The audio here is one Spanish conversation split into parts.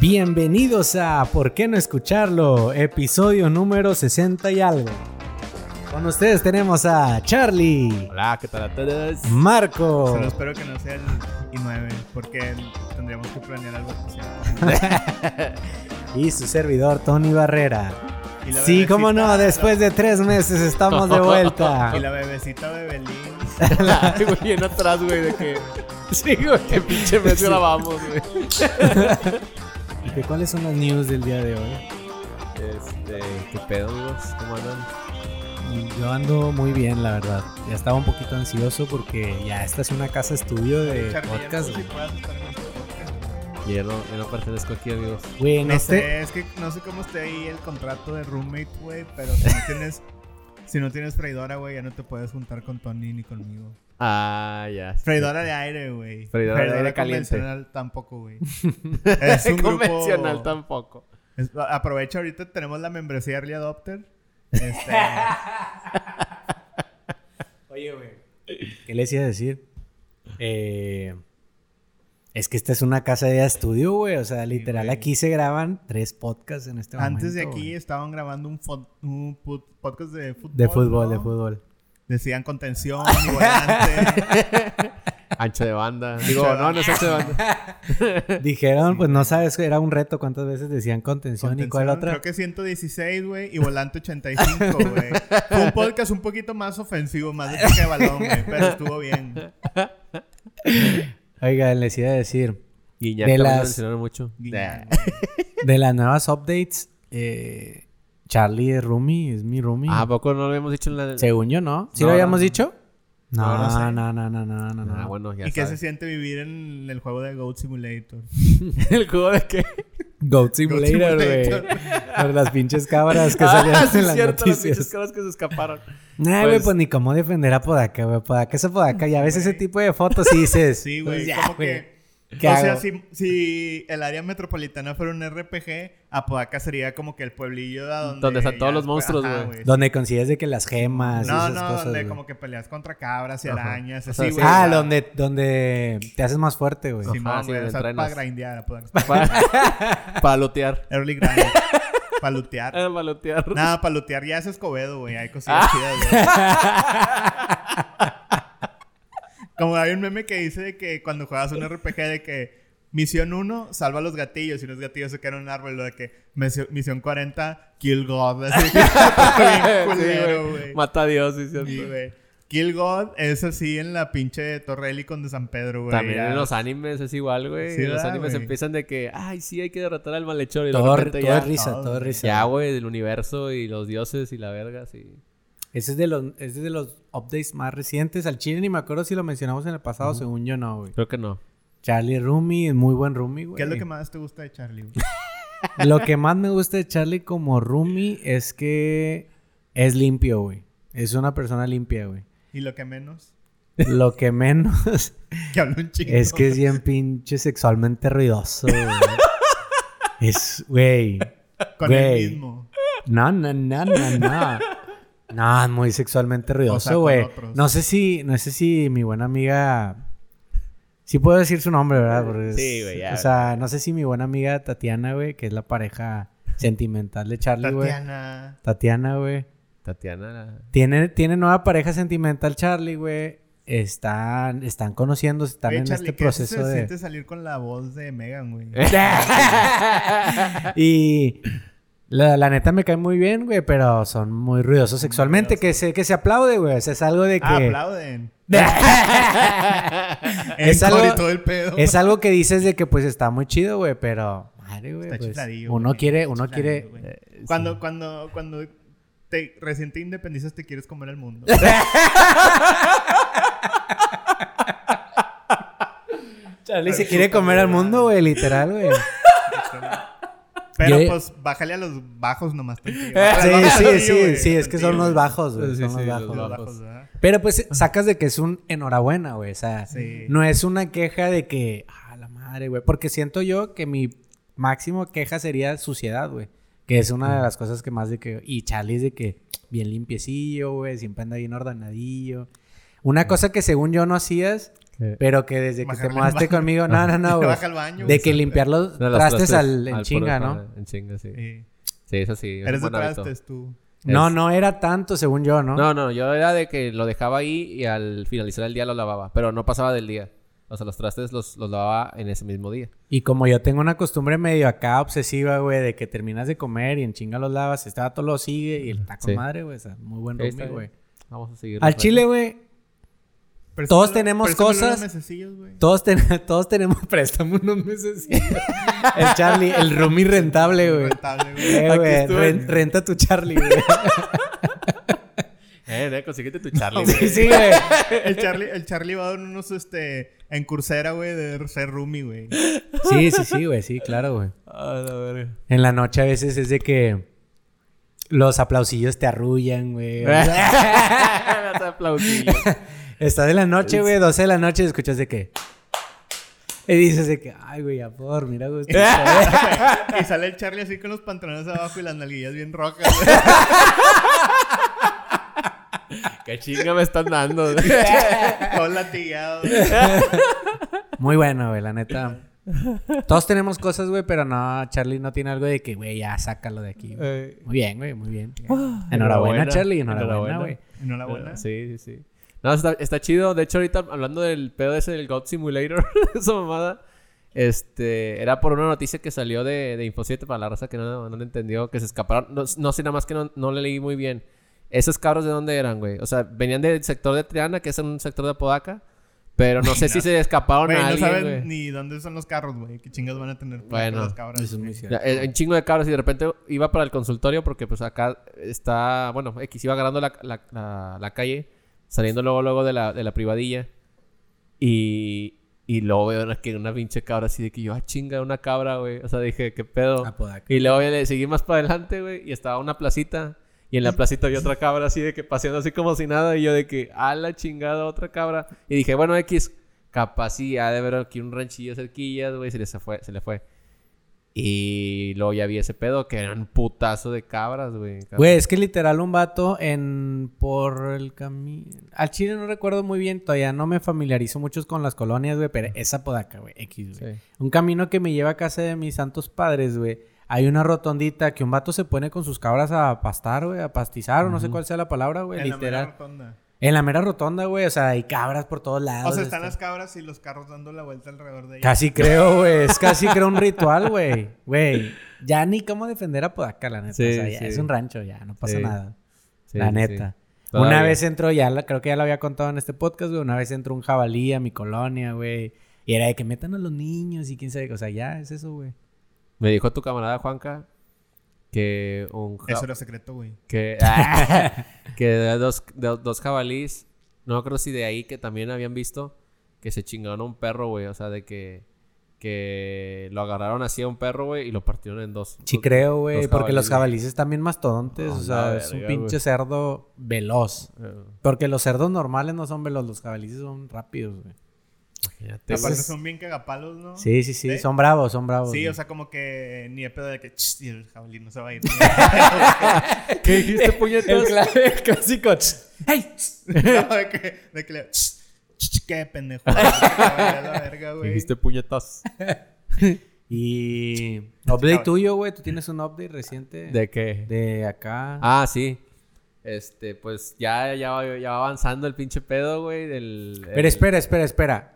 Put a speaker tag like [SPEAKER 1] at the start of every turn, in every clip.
[SPEAKER 1] Bienvenidos a ¿Por qué no escucharlo? Episodio número 60 y algo. Con ustedes tenemos a Charlie,
[SPEAKER 2] Hola, ¿qué tal a todos?
[SPEAKER 1] Marco,
[SPEAKER 3] Solo espero que no sea el I9, porque tendríamos que planear algo especial.
[SPEAKER 1] y su servidor Tony Barrera.
[SPEAKER 3] Y la
[SPEAKER 1] Sí, cómo
[SPEAKER 3] bebecita-
[SPEAKER 1] no, después de tres meses estamos de vuelta.
[SPEAKER 3] Y la bebecita Bebelín.
[SPEAKER 2] Ay, güey, bien atrás, güey, de que. Sí, güey. Qué pinche mes grabamos, güey.
[SPEAKER 1] ¿Y que cuáles son las news del día de hoy?
[SPEAKER 2] Este, ¿qué pedo, amigos? ¿Cómo andan?
[SPEAKER 1] Yo ando muy bien, la verdad. Ya estaba un poquito ansioso porque ya esta es una casa estudio de
[SPEAKER 3] Charlie, ya
[SPEAKER 1] podcast.
[SPEAKER 3] no sé si puedas estar en este podcast.
[SPEAKER 2] Y yo no, yo no pertenezco aquí, amigos.
[SPEAKER 1] Güey, en
[SPEAKER 3] No
[SPEAKER 1] este...
[SPEAKER 3] sé, es que no sé cómo esté ahí el contrato de roommate, güey, pero si no tienes, si no tienes freidora, güey, ya no te puedes juntar con Tony ni conmigo.
[SPEAKER 2] Ah, ya. sí.
[SPEAKER 3] Freidora de aire, güey.
[SPEAKER 2] Freidora de aire caliente.
[SPEAKER 3] convencional tampoco, güey. Es un grupo-
[SPEAKER 2] Convencional tampoco.
[SPEAKER 3] Es- aprovecho ahorita, tenemos la membresía Early Adopter. Este,
[SPEAKER 1] Oye, güey. ¿Qué les iba a decir? Eh, es que esta es una casa de estudio, güey. O sea, literal,
[SPEAKER 3] güey.
[SPEAKER 1] aquí se graban tres podcasts en este momento.
[SPEAKER 3] antes de aquí
[SPEAKER 1] güey.
[SPEAKER 3] estaban grabando un, fo- un put- podcast de fútbol.
[SPEAKER 1] De fútbol,
[SPEAKER 3] ¿no?
[SPEAKER 1] de fútbol.
[SPEAKER 3] Decían contención y volante.
[SPEAKER 2] Ancho de banda. Digo, no, no es ancho de banda.
[SPEAKER 1] Dijeron, pues no sabes, era un reto cuántas veces decían contención, y cuál
[SPEAKER 3] Contención,
[SPEAKER 1] otra.
[SPEAKER 3] Creo que 116, güey, y volante 85, güey. Fue un podcast un poquito más ofensivo, más de toque de balón, güey, pero estuvo bien.
[SPEAKER 1] Oiga, les iba a decir,
[SPEAKER 2] Guiñac
[SPEAKER 1] De
[SPEAKER 2] también lo
[SPEAKER 1] las-
[SPEAKER 2] mencionaron mucho.
[SPEAKER 3] Guiñac,
[SPEAKER 1] de las nuevas updates, eh, Charlie es Rumi, es mi Rumi.
[SPEAKER 2] Ah, ¿a poco no lo habíamos dicho en la.
[SPEAKER 1] Según yo, ¿no? ¿Sí
[SPEAKER 2] No,
[SPEAKER 1] lo
[SPEAKER 2] no,
[SPEAKER 1] habíamos
[SPEAKER 2] no.
[SPEAKER 1] dicho? No,
[SPEAKER 2] No,
[SPEAKER 1] no,
[SPEAKER 2] no sé.
[SPEAKER 1] no, no, no, no, no.
[SPEAKER 2] Ah, bueno, ya
[SPEAKER 3] ¿Y qué se
[SPEAKER 2] sabes.
[SPEAKER 3] siente vivir en el juego de Goat Simulator?
[SPEAKER 2] ¿El juego de qué?
[SPEAKER 1] Goat Simulator, güey.
[SPEAKER 3] Simulator.
[SPEAKER 1] Por las pinches cabras que salían
[SPEAKER 2] ah, sí,
[SPEAKER 1] en
[SPEAKER 2] es
[SPEAKER 1] las
[SPEAKER 2] cierto, las pinches
[SPEAKER 1] noticias.
[SPEAKER 2] caras que se escaparon.
[SPEAKER 1] Nah, güey,
[SPEAKER 2] Pues-
[SPEAKER 1] pues ni cómo defender a Podaca, güey. Podaca es Podaca. Y a veces ese tipo de fotos y dices...
[SPEAKER 3] Sí, güey,
[SPEAKER 1] pues ya,
[SPEAKER 3] como
[SPEAKER 1] güey,
[SPEAKER 3] que...
[SPEAKER 1] ¿Qué
[SPEAKER 3] o
[SPEAKER 1] hago?
[SPEAKER 3] sea, si, si el área metropolitana fuera un RPG, Apodaca sería como que el pueblillo a donde...
[SPEAKER 2] Donde están
[SPEAKER 3] ya-
[SPEAKER 2] todos los monstruos,
[SPEAKER 3] Ajá,
[SPEAKER 2] güey.
[SPEAKER 1] Donde consigues de que las gemas y
[SPEAKER 3] pues. No,
[SPEAKER 1] esas
[SPEAKER 3] no,
[SPEAKER 1] cosas,
[SPEAKER 3] donde
[SPEAKER 1] güey.
[SPEAKER 3] como que peleas contra cabras y
[SPEAKER 2] Ajá.
[SPEAKER 3] arañas,
[SPEAKER 2] O sea,
[SPEAKER 3] así,
[SPEAKER 2] sí.
[SPEAKER 3] güey.
[SPEAKER 1] Ah,
[SPEAKER 3] ya.
[SPEAKER 1] donde, donde te haces más fuerte, güey.
[SPEAKER 3] Simón,
[SPEAKER 2] Ajá, sí,
[SPEAKER 3] güey,
[SPEAKER 2] donde
[SPEAKER 3] o sea,
[SPEAKER 2] entrenas.
[SPEAKER 3] para grindear, Apodaca.
[SPEAKER 2] Para pa lotear.
[SPEAKER 3] Early grind. Palutear.
[SPEAKER 2] Para lotear.
[SPEAKER 3] Nada, palutear ya es Escobedo, güey. Hay cosillas
[SPEAKER 2] Ah.
[SPEAKER 3] chidas, güey. Como hay un meme que dice de que cuando juegas un RPG de que misión 1, salva los gatillos y los gatillos se quedan en un árbol. Lo de que misión, misión 40, kill God. Así que bien culero,
[SPEAKER 2] Sí,
[SPEAKER 3] güey.
[SPEAKER 2] Mata a Dios, sí, cierto.
[SPEAKER 3] Sí, güey. Kill God es así en la pinche Torre Helicon de San Pedro, güey.
[SPEAKER 2] También
[SPEAKER 3] Ya.
[SPEAKER 2] en los animes es igual, güey.
[SPEAKER 3] Sí,
[SPEAKER 2] en los
[SPEAKER 3] ¿verdad,
[SPEAKER 2] animes
[SPEAKER 3] güey?
[SPEAKER 2] empiezan de que, ay, sí, hay que derrotar al malhechor. Y de
[SPEAKER 1] Todo,
[SPEAKER 2] repente
[SPEAKER 1] todo
[SPEAKER 2] ya,
[SPEAKER 1] es risa, todo es risa.
[SPEAKER 2] ya, güey, del universo y los dioses y la verga, sí.
[SPEAKER 1] Ese es de los, ese es de los updates más recientes. Al chile ni me acuerdo si lo mencionamos en el pasado, según yo no, güey.
[SPEAKER 2] Creo que no.
[SPEAKER 1] Charlie Rumi, es muy buen Rumi, güey.
[SPEAKER 3] ¿Qué es lo que más te gusta de Charlie, güey?
[SPEAKER 1] Lo que más me gusta de Charlie como Rumi es que es limpio, güey. Es una persona limpia, güey.
[SPEAKER 3] ¿Y lo que menos?
[SPEAKER 1] Lo que menos
[SPEAKER 3] Que habla un chingo.
[SPEAKER 1] es que es bien pinche sexualmente ruidoso, güey. Es, güey.
[SPEAKER 3] Con el
[SPEAKER 1] güey.
[SPEAKER 3] mismo.
[SPEAKER 1] No, no, no, no, no. No, es muy sexualmente ruidoso,
[SPEAKER 3] con
[SPEAKER 1] güey.
[SPEAKER 3] otros.
[SPEAKER 1] no sé si, no sé si mi buena amiga. Sí puedo decir su nombre, ¿verdad? Porque es-
[SPEAKER 2] Sí, güey, ya.
[SPEAKER 1] O sea, no sé si mi buena amiga Tatiana, güey, que es la pareja sentimental de Charlie, güey.
[SPEAKER 3] Tatiana.
[SPEAKER 1] Tatiana, güey.
[SPEAKER 2] Tatiana. la-
[SPEAKER 1] Tiene, tiene nueva pareja sentimental Charlie, güey. Están, están conociéndose, están
[SPEAKER 3] Oye,
[SPEAKER 1] en
[SPEAKER 3] Charlie,
[SPEAKER 1] este
[SPEAKER 3] ¿qué se
[SPEAKER 1] proceso de...
[SPEAKER 3] siente salir con la voz de Megan, güey?
[SPEAKER 1] y la, la neta me cae muy bien, güey, pero son muy ruidosos sexualmente, que se, que se aplaude, güey. O sea, es algo de que...
[SPEAKER 3] Ah, aplauden.
[SPEAKER 1] es,
[SPEAKER 3] Encore y
[SPEAKER 1] algo,
[SPEAKER 3] todo el pedo.
[SPEAKER 1] es algo que dices de que pues está muy chido, güey, pero... Madre, güey,
[SPEAKER 3] Está
[SPEAKER 1] pues,
[SPEAKER 3] chifladillo,
[SPEAKER 1] uno
[SPEAKER 3] güey.
[SPEAKER 1] quiere,
[SPEAKER 3] Está
[SPEAKER 1] uno quiere... eh,
[SPEAKER 3] chifladillo, güey. Cuando, cuando, cuando te recién te independizas, te quieres comer el mundo.
[SPEAKER 1] Charlie se quiere comer al mundo, güey, literal, güey.
[SPEAKER 3] Pero
[SPEAKER 1] Yo-
[SPEAKER 3] pues bájale a los bajos nomás. tantillo.
[SPEAKER 1] Sí,
[SPEAKER 3] Bájale
[SPEAKER 1] sí,
[SPEAKER 3] tantillo,
[SPEAKER 1] sí,
[SPEAKER 3] güey,
[SPEAKER 1] sí, es que
[SPEAKER 3] tantillo,
[SPEAKER 1] son los
[SPEAKER 3] güey.
[SPEAKER 1] bajos, güey.
[SPEAKER 2] Sí,
[SPEAKER 1] son
[SPEAKER 2] sí,
[SPEAKER 1] los
[SPEAKER 2] sí,
[SPEAKER 1] bajos.
[SPEAKER 2] los
[SPEAKER 3] eh, Los
[SPEAKER 2] bajos.
[SPEAKER 3] bajos, ¿verdad?
[SPEAKER 1] Pero pues sacas de que es un enhorabuena, güey. O sea,
[SPEAKER 3] Sí.
[SPEAKER 1] no es una queja de que, ah, la madre, güey. Porque siento yo que mi máximo queja sería suciedad, güey. Que es una de las cosas que más de que. Y Charlie es de que bien limpiecillo, güey. Siempre anda bien ordenadillo. Una cosa que según yo no hacías Pero que desde que te
[SPEAKER 3] Bajarle
[SPEAKER 1] mudaste
[SPEAKER 3] el baño.
[SPEAKER 1] conmigo, no, no, no, güey.
[SPEAKER 3] Baja al baño. eh,
[SPEAKER 1] De
[SPEAKER 3] güey.
[SPEAKER 1] que limpiar los
[SPEAKER 2] No, las
[SPEAKER 1] trastes al, en
[SPEAKER 2] puro
[SPEAKER 1] chinga,
[SPEAKER 2] desmadre,
[SPEAKER 1] ¿no?
[SPEAKER 2] En chinga, sí.
[SPEAKER 3] Sí.
[SPEAKER 2] Sí, eso sí. es
[SPEAKER 3] Eres eh, de
[SPEAKER 2] un buen hábito.
[SPEAKER 3] trastes tú.
[SPEAKER 1] No,
[SPEAKER 2] Es-
[SPEAKER 1] no era tanto, según yo, ¿no?
[SPEAKER 2] No, no, yo era de que lo dejaba ahí y al finalizar el día lo lavaba, pero no pasaba del día. O sea, los trastes los, los lavaba en ese mismo día.
[SPEAKER 1] Y como yo tengo una costumbre medio acá obsesiva, güey, de que terminas de comer y en chinga los lavas, este vato lo sigue y el taco
[SPEAKER 2] Sí.
[SPEAKER 1] madre, güey. O sea, muy buen
[SPEAKER 2] Ahí está,
[SPEAKER 1] roomie, güey.
[SPEAKER 2] Vamos a seguir.
[SPEAKER 1] Al chile, güey,
[SPEAKER 3] Préstamelo-
[SPEAKER 1] Todos tenemos
[SPEAKER 3] préstamelo
[SPEAKER 1] cosas.
[SPEAKER 3] unos mesecillos, güey.
[SPEAKER 1] todos, ten- todos tenemos préstamo unos meses. el Charlie, el roomie rentable, güey.
[SPEAKER 3] Rentable, güey.
[SPEAKER 1] Eh,
[SPEAKER 2] Aquí
[SPEAKER 1] güey,
[SPEAKER 2] estuve.
[SPEAKER 1] ren- renta tu Charlie, güey.
[SPEAKER 2] Eh, eh, consíguete tu Charlie.
[SPEAKER 1] sí, sí, güey.
[SPEAKER 3] El Charlie, el Charlie va en unos, este, en cursera, güey, de ser roomie, güey.
[SPEAKER 1] Sí, sí, sí, güey, sí, claro, güey.
[SPEAKER 2] Ah, la verga.
[SPEAKER 1] En la noche a veces es de que los aplausillos te arrullan, güey.
[SPEAKER 2] No te aplaudí.
[SPEAKER 1] Estás de la noche, güey, 12 de la noche y escuchas de qué. Y dices de que, ay, güey, amor, mira, gusto. Eh.
[SPEAKER 3] Y sale el Charlie así con los pantalones abajo y las nalguillas bien rojas, güey.
[SPEAKER 2] Qué chinga me están dando.
[SPEAKER 3] Todo latigado.
[SPEAKER 1] Muy bueno, güey, la neta. Todos tenemos cosas, güey, pero no, Charlie no tiene algo de que, güey, ya sácalo de aquí. güey.
[SPEAKER 2] Eh, Ah.
[SPEAKER 1] Muy bien, güey, muy bien. Enhorabuena,
[SPEAKER 2] enhorabuena.
[SPEAKER 1] Charlie, enhorabuena,
[SPEAKER 2] Enhorabuena.
[SPEAKER 1] güey.
[SPEAKER 3] Enhorabuena.
[SPEAKER 2] Sí, sí, sí. No, está, está chido. De hecho, ahorita hablando del pedo ese del God Simulator, esa mamada, este, era por una noticia que salió de, de Info7 para la raza que no, no le entendió, que se escaparon. No, no sé, nada más que no, no le leí muy bien. ¿Esos cabros de dónde eran, güey? O sea, venían del sector de Triana, que es un sector de Apodaca, pero no sé si se escaparon
[SPEAKER 3] Güey,
[SPEAKER 2] a
[SPEAKER 3] no
[SPEAKER 2] alguien,
[SPEAKER 3] saben
[SPEAKER 2] güey.
[SPEAKER 3] ni dónde son los carros, güey. ¿Qué chingas van a tener para
[SPEAKER 2] Bueno,
[SPEAKER 3] las cabras?
[SPEAKER 1] Eso es muy
[SPEAKER 3] güey?
[SPEAKER 1] cierto.
[SPEAKER 2] Ya, eh, Un chingo de cabros y de repente iba para el consultorio porque pues acá está, bueno, X iba agarrando la, la- la- la calle, saliendo luego luego de la, de la privadilla y, y luego veo una, que una pinche cabra así de que yo, ah, chinga, una cabra, güey. O sea, dije, ¿qué pedo?
[SPEAKER 1] Apodaca.
[SPEAKER 2] Y luego ya le seguí más para adelante, güey, y estaba una placita. Y en la placita había otra cabra así de que paseando así como si nada. Y yo de que, a la chingada, otra cabra. Y dije, bueno, X, capaz sí, ha de haber aquí un ranchillo cerquillas, güey. Se le se fue, se le fue. Y luego ya vi ese pedo que era un putazo de cabras, güey.
[SPEAKER 1] Güey, es que literal un vato en... Por el camino... Al chile no recuerdo muy bien, todavía no me familiarizo mucho con las colonias, güey, pero es Apodaca, güey, X, güey.
[SPEAKER 2] Sí.
[SPEAKER 1] Un camino que me lleva a casa de mis santos padres, güey. Hay una rotondita que un vato se pone con sus cabras a pastar, güey, a pastizar, o no sé cuál sea la palabra, güey,
[SPEAKER 3] En la mera
[SPEAKER 1] literal.
[SPEAKER 3] rotonda.
[SPEAKER 1] en la mera rotonda, güey, o sea, hay cabras por todos lados.
[SPEAKER 3] O sea, están
[SPEAKER 1] este.
[SPEAKER 3] las cabras y los carros dando la vuelta alrededor de ellas.
[SPEAKER 1] Casi creo, güey, es casi creo un ritual, güey. Güey, ya ni cómo defender a Apodaca, la neta.
[SPEAKER 2] Sí,
[SPEAKER 1] o sea, ya
[SPEAKER 2] sí.
[SPEAKER 1] es un rancho, ya, no pasa
[SPEAKER 2] Sí.
[SPEAKER 1] nada.
[SPEAKER 2] Sí,
[SPEAKER 1] la
[SPEAKER 2] sí,
[SPEAKER 1] neta.
[SPEAKER 2] sí.
[SPEAKER 1] Una
[SPEAKER 2] Todavía.
[SPEAKER 1] vez entró, ya la- creo que ya lo había contado en este podcast, güey. Una vez entró un jabalí a mi colonia, güey. Y era de que metan a los niños y quién sabe. qué. O sea, ya es eso, güey.
[SPEAKER 2] Me dijo tu camarada Juanca que un... ja-
[SPEAKER 3] Eso era secreto, güey.
[SPEAKER 2] Que, que de dos, de dos jabalís, no creo si de ahí que también habían visto que se chingaron a un perro, güey. O sea, de que, que lo agarraron así a un perro, güey, y lo partieron en dos.
[SPEAKER 1] Sí
[SPEAKER 2] Dos-
[SPEAKER 1] creo, güey.
[SPEAKER 2] dos
[SPEAKER 1] Porque los
[SPEAKER 2] jabalíes.
[SPEAKER 1] jabalíes están bien mastodontes.
[SPEAKER 2] Ah,
[SPEAKER 1] o
[SPEAKER 2] la
[SPEAKER 1] sea, es un
[SPEAKER 2] verga,
[SPEAKER 1] pinche
[SPEAKER 2] güey.
[SPEAKER 1] cerdo veloz.
[SPEAKER 2] Eh,
[SPEAKER 1] Porque los cerdos normales no son veloz. Los jabalíes son rápidos, güey.
[SPEAKER 2] imagínate, güey.
[SPEAKER 3] Aparte
[SPEAKER 1] es-
[SPEAKER 3] son bien cagapalos, ¿no?
[SPEAKER 1] Sí, sí, sí.
[SPEAKER 3] ¿Sí?
[SPEAKER 1] Son bravos, son bravos.
[SPEAKER 3] Sí,
[SPEAKER 1] güey.
[SPEAKER 3] o sea, como que ni de pedo de que "Ch, y el jabalí no se va a ir.
[SPEAKER 2] ¿Qué dijiste, puñetas?
[SPEAKER 1] el clásico. ¡Hey!
[SPEAKER 3] No, de que, de que le. "Ch, ch, ch, Qué pendejo. güey". A la verga,
[SPEAKER 2] ¿Qué
[SPEAKER 3] güey.
[SPEAKER 2] dijiste, puñetas?
[SPEAKER 1] Y. Update tuyo, güey. Tú tienes un update reciente.
[SPEAKER 2] ¿De qué?
[SPEAKER 1] de acá.
[SPEAKER 2] Ah, sí. Este, pues ya, ya, va- ya va avanzando el pinche pedo, güey, del... el-
[SPEAKER 1] Pero espera, espera, espera.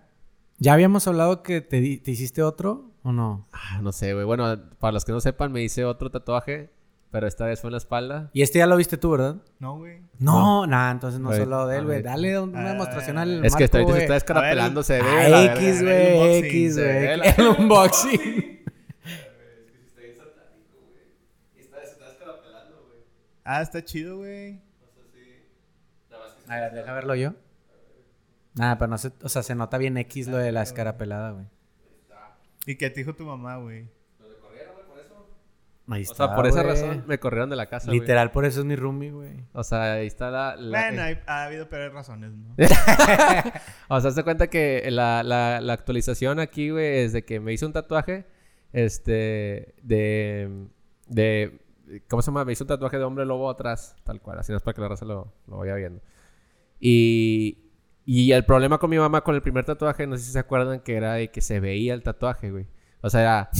[SPEAKER 1] ¿Ya habíamos hablado que te, di- te hiciste otro o no?
[SPEAKER 2] Ah, no sé, güey. Bueno, para los que no sepan, me hice otro tatuaje, pero esta vez fue en la espalda.
[SPEAKER 1] Y este ya lo viste tú, ¿verdad?
[SPEAKER 3] No, güey.
[SPEAKER 1] No, nah, entonces no
[SPEAKER 2] Güey,
[SPEAKER 1] solo de él,
[SPEAKER 2] a
[SPEAKER 1] güey.
[SPEAKER 2] ver.
[SPEAKER 1] Dale un- una
[SPEAKER 3] Ah,
[SPEAKER 1] demostración al
[SPEAKER 2] Es
[SPEAKER 1] Marco,
[SPEAKER 2] que hasta ahorita
[SPEAKER 1] güey.
[SPEAKER 2] se está escarapelando, se ve.
[SPEAKER 1] Ah,
[SPEAKER 2] la verga.
[SPEAKER 1] X,
[SPEAKER 3] a ver el
[SPEAKER 1] güey,
[SPEAKER 3] unboxing,
[SPEAKER 1] X,
[SPEAKER 3] se
[SPEAKER 1] güey.
[SPEAKER 2] ve la
[SPEAKER 1] El unboxing.
[SPEAKER 3] Ah, está chido, güey.
[SPEAKER 1] A ver, deja verlo yo. Nada, Ah, pero no se... O sea, se nota bien X lo de la escarapelada, güey.
[SPEAKER 3] ¿Y qué te dijo tu mamá, güey?
[SPEAKER 1] Ahí
[SPEAKER 2] O
[SPEAKER 1] está,
[SPEAKER 2] sea, por esa
[SPEAKER 1] güey.
[SPEAKER 2] razón me corrieron de la casa. güey.
[SPEAKER 1] Literal, por eso es mi roomie, güey.
[SPEAKER 2] O sea, ahí está la. la-
[SPEAKER 3] Bueno,
[SPEAKER 2] eh,
[SPEAKER 3] hay- ha habido peores razones, ¿no?
[SPEAKER 2] o sea, se cuenta que la, la- la actualización aquí, güey, es de que me hice un tatuaje. Este. De. De. ¿Cómo se llama? Me hice un tatuaje de hombre lobo atrás, tal cual. Así no es para que la raza lo, lo vaya viendo. Y. Y el problema con mi mamá con el primer tatuaje, no sé si se acuerdan, que era de que se veía el tatuaje, güey. O sea, era,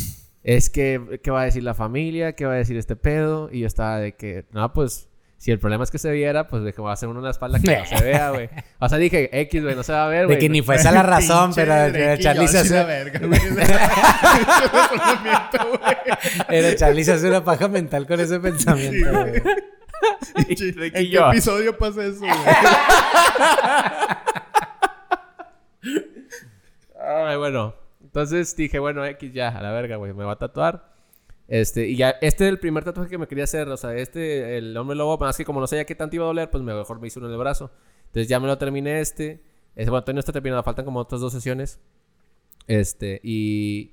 [SPEAKER 2] es que, ¿qué va a decir la familia? ¿Qué va a decir este pedo? Y yo estaba de que, no, pues, si el problema es que se viera, pues de que voy a hacer uno en la espalda que no se vea, güey. O sea, dije, X, güey, no se va a ver, güey.
[SPEAKER 1] De que ni fue esa la razón,
[SPEAKER 3] Pinche
[SPEAKER 1] pero pero
[SPEAKER 3] Drake y
[SPEAKER 1] Charlie se
[SPEAKER 3] Josh y la
[SPEAKER 1] hace...
[SPEAKER 3] verga, güey. Ese razonamiento, güey.
[SPEAKER 1] Pero Charlie se hace una paja mental con ese pensamiento,
[SPEAKER 3] Sí,
[SPEAKER 1] güey.
[SPEAKER 2] Y Drake y
[SPEAKER 3] ¿En qué
[SPEAKER 2] Josh.
[SPEAKER 3] episodio pasa eso, güey?
[SPEAKER 2] Ay, bueno. Entonces dije, bueno, X ya, a la verga, güey, me va a tatuar. Este, y ya, este es el primer tatuaje que me quería hacer. O sea, este, el hombre lobo, más que como no sabía qué tanto iba a doler, pues mejor me hice uno en el brazo. Entonces ya me lo terminé este. Ese, bueno, todavía no está terminado, faltan como otras dos sesiones. Este, y.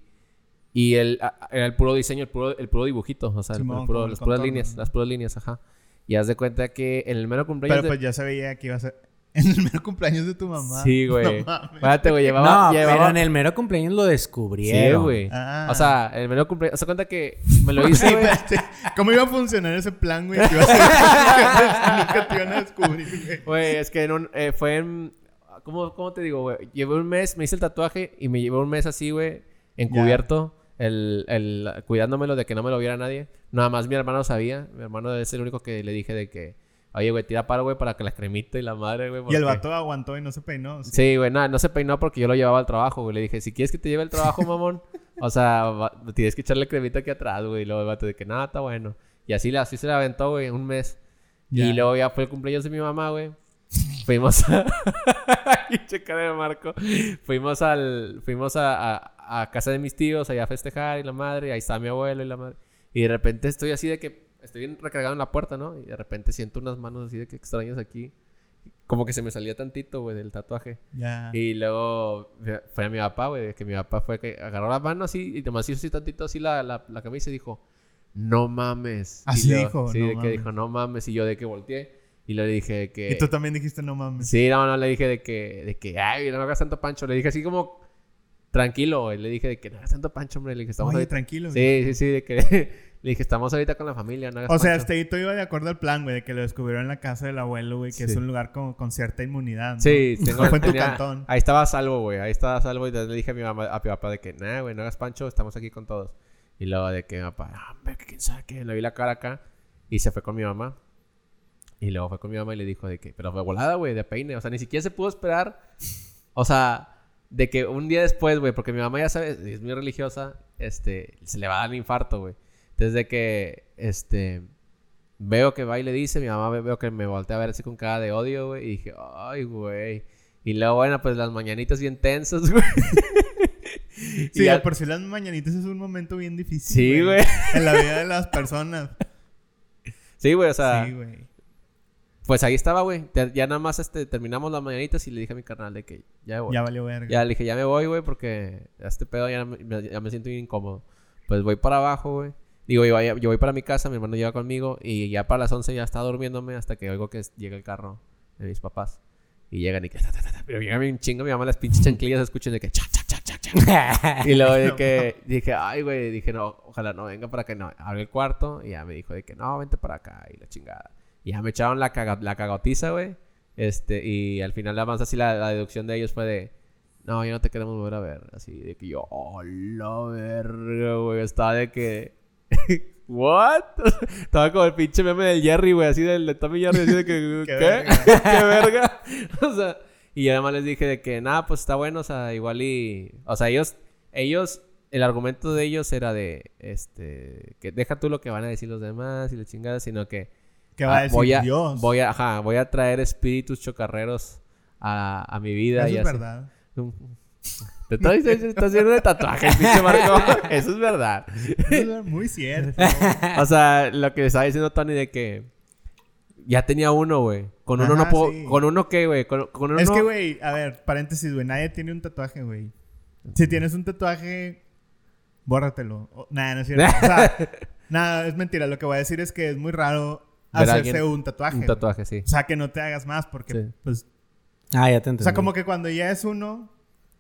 [SPEAKER 2] Y el, a- a- era el puro diseño, el puro, el puro dibujito, o sea, el- el
[SPEAKER 3] Simón,
[SPEAKER 2] puro-
[SPEAKER 3] como el
[SPEAKER 2] las puras
[SPEAKER 3] contorno,
[SPEAKER 2] líneas,
[SPEAKER 3] ¿no?
[SPEAKER 2] las puras líneas, ajá. Y haz de cuenta que en el mero cumpleaños.
[SPEAKER 3] Pero
[SPEAKER 2] de-
[SPEAKER 3] pues ya se veía que iba a ser en el mero cumpleaños de tu mamá.
[SPEAKER 2] Sí, güey.
[SPEAKER 3] No mames.
[SPEAKER 2] Espérate, güey, llevaba.
[SPEAKER 1] No,
[SPEAKER 2] llevaba-
[SPEAKER 1] pero en el mero cumpleaños lo
[SPEAKER 2] Sí,
[SPEAKER 1] descubrieron.
[SPEAKER 2] güey.
[SPEAKER 3] Ah.
[SPEAKER 2] O sea, el menor cumpleaños. O sea, cuenta que me lo hice,
[SPEAKER 3] Güey,
[SPEAKER 2] güey.
[SPEAKER 3] espérate, ¿Cómo iba a funcionar ese plan, güey? Que iba a ser nunca te iban a descubrir, güey.
[SPEAKER 2] Güey, es que en un, eh, fue en. ¿cómo, ¿Cómo te digo, güey? Llevé un mes, me hice el tatuaje y me llevé un mes así, güey, encubierto. El, el, cuidándomelo de que no me lo viera nadie. Nada más mi hermano sabía. Mi hermano es el único que le dije de que, oye, güey, tira paro, güey, para que la cremita y la madre, güey.
[SPEAKER 3] Y
[SPEAKER 2] porque-
[SPEAKER 3] el vato aguantó y no se peinó. sí.
[SPEAKER 2] Sí, güey, nada, no se peinó porque yo lo llevaba al trabajo, güey. Le dije, si quieres que te lleve al trabajo, mamón, o sea, va- tienes que echarle cremita aquí atrás, güey. Y luego el vato de que nada, está bueno. Y así, la- así se la aventó, güey, un mes.
[SPEAKER 3] Ya.
[SPEAKER 2] Y luego ya fue el cumpleaños de mi mamá, güey. Fuimos a... y checar el marco. Fuimos al... Fuimos a, a- a casa de mis tíos allá a festejar y la madre. Y ahí estaba mi abuelo y la madre. Y de repente estoy así de que... Estoy bien recargado en la puerta, ¿no? Y de repente siento unas manos así de que extrañas aquí. Como que se me salía tantito, güey, del tatuaje.
[SPEAKER 3] Ya.
[SPEAKER 2] Y luego fue- fue a mi papá, güey, que mi papá fue que agarró la mano así y nomás hizo así tantito así la, la, la camisa y dijo, no mames. Y
[SPEAKER 3] Así
[SPEAKER 2] luego-
[SPEAKER 3] dijo,
[SPEAKER 2] Sí,
[SPEAKER 3] "No
[SPEAKER 2] de que
[SPEAKER 3] mames".
[SPEAKER 2] dijo, no mames. Y yo de que volteé y le dije que...
[SPEAKER 3] Y tú también dijiste, no mames.
[SPEAKER 2] Sí, no, no, le dije de que, de que, ay, no hagas tanto pancho. Le dije así como, tranquilo, güey. Le dije de que no hagas tanto pancho, hombre. Le dije, estamos
[SPEAKER 3] Oye,
[SPEAKER 2] ahorita...
[SPEAKER 3] tranquilo. güey.
[SPEAKER 2] Sí, sí, sí, de que... le dije, estamos ahorita con la familia, no hagas
[SPEAKER 3] O sea,
[SPEAKER 2] pancho".
[SPEAKER 3] Esteito iba de acuerdo al plan, güey, de que lo descubrieron en la casa del abuelo, güey, que
[SPEAKER 2] Sí.
[SPEAKER 3] es un lugar con, con cierta inmunidad. ¿no?
[SPEAKER 2] Sí, tengo,
[SPEAKER 3] fue en tu
[SPEAKER 2] tenía- ah,
[SPEAKER 3] cantón.
[SPEAKER 2] Ahí estaba a salvo, güey. Ahí estaba a salvo. Y entonces le dije a mi mamá, a mi papá de que, nah, güey, no hagas pancho, estamos aquí con todos. Y luego de que mi papá, "Ah, hombre, que quién sabe qué. Le vi la cara acá y se fue con mi mamá. Y luego fue con mi mamá y le dijo de que, pero fue volada, güey, de peine. O sea, ni siquiera se pudo esperar. O sea, de que un día después, güey, porque mi mamá ya sabe, es muy religiosa, este, se le va a dar un infarto, güey. Desde que, este, veo que va y le dice, mi mamá ve- veo que me voltea a ver así con cara de odio, güey, y dije, ay, güey. Y luego, bueno, pues las mañanitas bien tensas, güey. Y
[SPEAKER 3] Sí,
[SPEAKER 2] ya-
[SPEAKER 3] de por si las mañanitas es un momento bien difícil.
[SPEAKER 2] Sí, güey.
[SPEAKER 3] En la vida de las personas.
[SPEAKER 2] Sí, güey, o sea,
[SPEAKER 3] sí, güey.
[SPEAKER 2] pues ahí estaba, güey. Te- Ya nada más este, terminamos las mañanitas y le dije a mi carnal de que ya voy.
[SPEAKER 3] Ya valió verga.
[SPEAKER 2] Ya le dije, ya me voy, güey, porque a este pedo ya me, ya me siento bien incómodo. Pues voy para abajo, güey. Digo, yo, voy- yo voy para mi casa, mi hermano lleva conmigo y ya para las 11 ya está durmiéndome hasta que oigo que llega el carro de mis papás. Y llegan y que... ta, ta, ta, ta, pero llega un chingo, mi mamá las pinches chanclillas escuchan de que... cha, cha, cha, cha, cha. Y luego de que dije, ay, güey, dije, no, ojalá no venga para que no. Abre el cuarto y ya me dijo de que no, vente para acá y la chingada. Y ya me echaron la, caga- la cagotiza, güey. Este, y al final, nada más así la, la deducción de ellos fue de, no, ya no te queremos volver a ver. Así de que yo, oh, la verga, güey. Estaba de que, ¿what? Estaba como el pinche meme del Jerry, güey, así del de Tommy Jerry, así de que,
[SPEAKER 3] Qué
[SPEAKER 2] ¿qué?
[SPEAKER 3] verga.
[SPEAKER 2] ¡Qué verga! o sea, y yo además les dije de que, nada, pues está bueno, o sea, igual y... O sea, ellos, ellos, el argumento de ellos era de, este, que deja tú lo que van a decir los demás y la chingada, sino que...
[SPEAKER 3] ¿Qué va a
[SPEAKER 2] ah,
[SPEAKER 3] decir
[SPEAKER 2] voy a,
[SPEAKER 3] Dios?
[SPEAKER 2] Voy a, ajá, voy a traer espíritus chocarreros a, a mi vida.
[SPEAKER 3] Eso
[SPEAKER 2] y
[SPEAKER 3] es
[SPEAKER 2] así.
[SPEAKER 3] verdad.
[SPEAKER 2] Te estás, te estás lleno de tatuajes, pinche Marco. Eso es verdad.
[SPEAKER 3] Eso es muy cierto.
[SPEAKER 2] O sea, lo que estaba diciendo Tony de que ya tenía uno, güey. Con uno no
[SPEAKER 3] Ajá,
[SPEAKER 2] puedo.
[SPEAKER 3] sí.
[SPEAKER 2] ¿Con uno qué, güey? Con, con uno.
[SPEAKER 3] Es que, güey, a ver, paréntesis, güey. Nadie tiene un tatuaje, güey. Si tienes un tatuaje, bórratelo. O- Nada, no es cierto. O sea, nada, es mentira. Lo que voy a decir es que es muy raro
[SPEAKER 2] Ver a
[SPEAKER 3] hacerse
[SPEAKER 2] alguien-
[SPEAKER 3] un tatuaje.
[SPEAKER 2] Un
[SPEAKER 3] güey.
[SPEAKER 2] tatuaje, sí.
[SPEAKER 3] O sea, que no te hagas más porque,
[SPEAKER 2] Sí.
[SPEAKER 3] pues...
[SPEAKER 1] Ah, ya te entendí.
[SPEAKER 3] O sea, como que cuando ya es uno,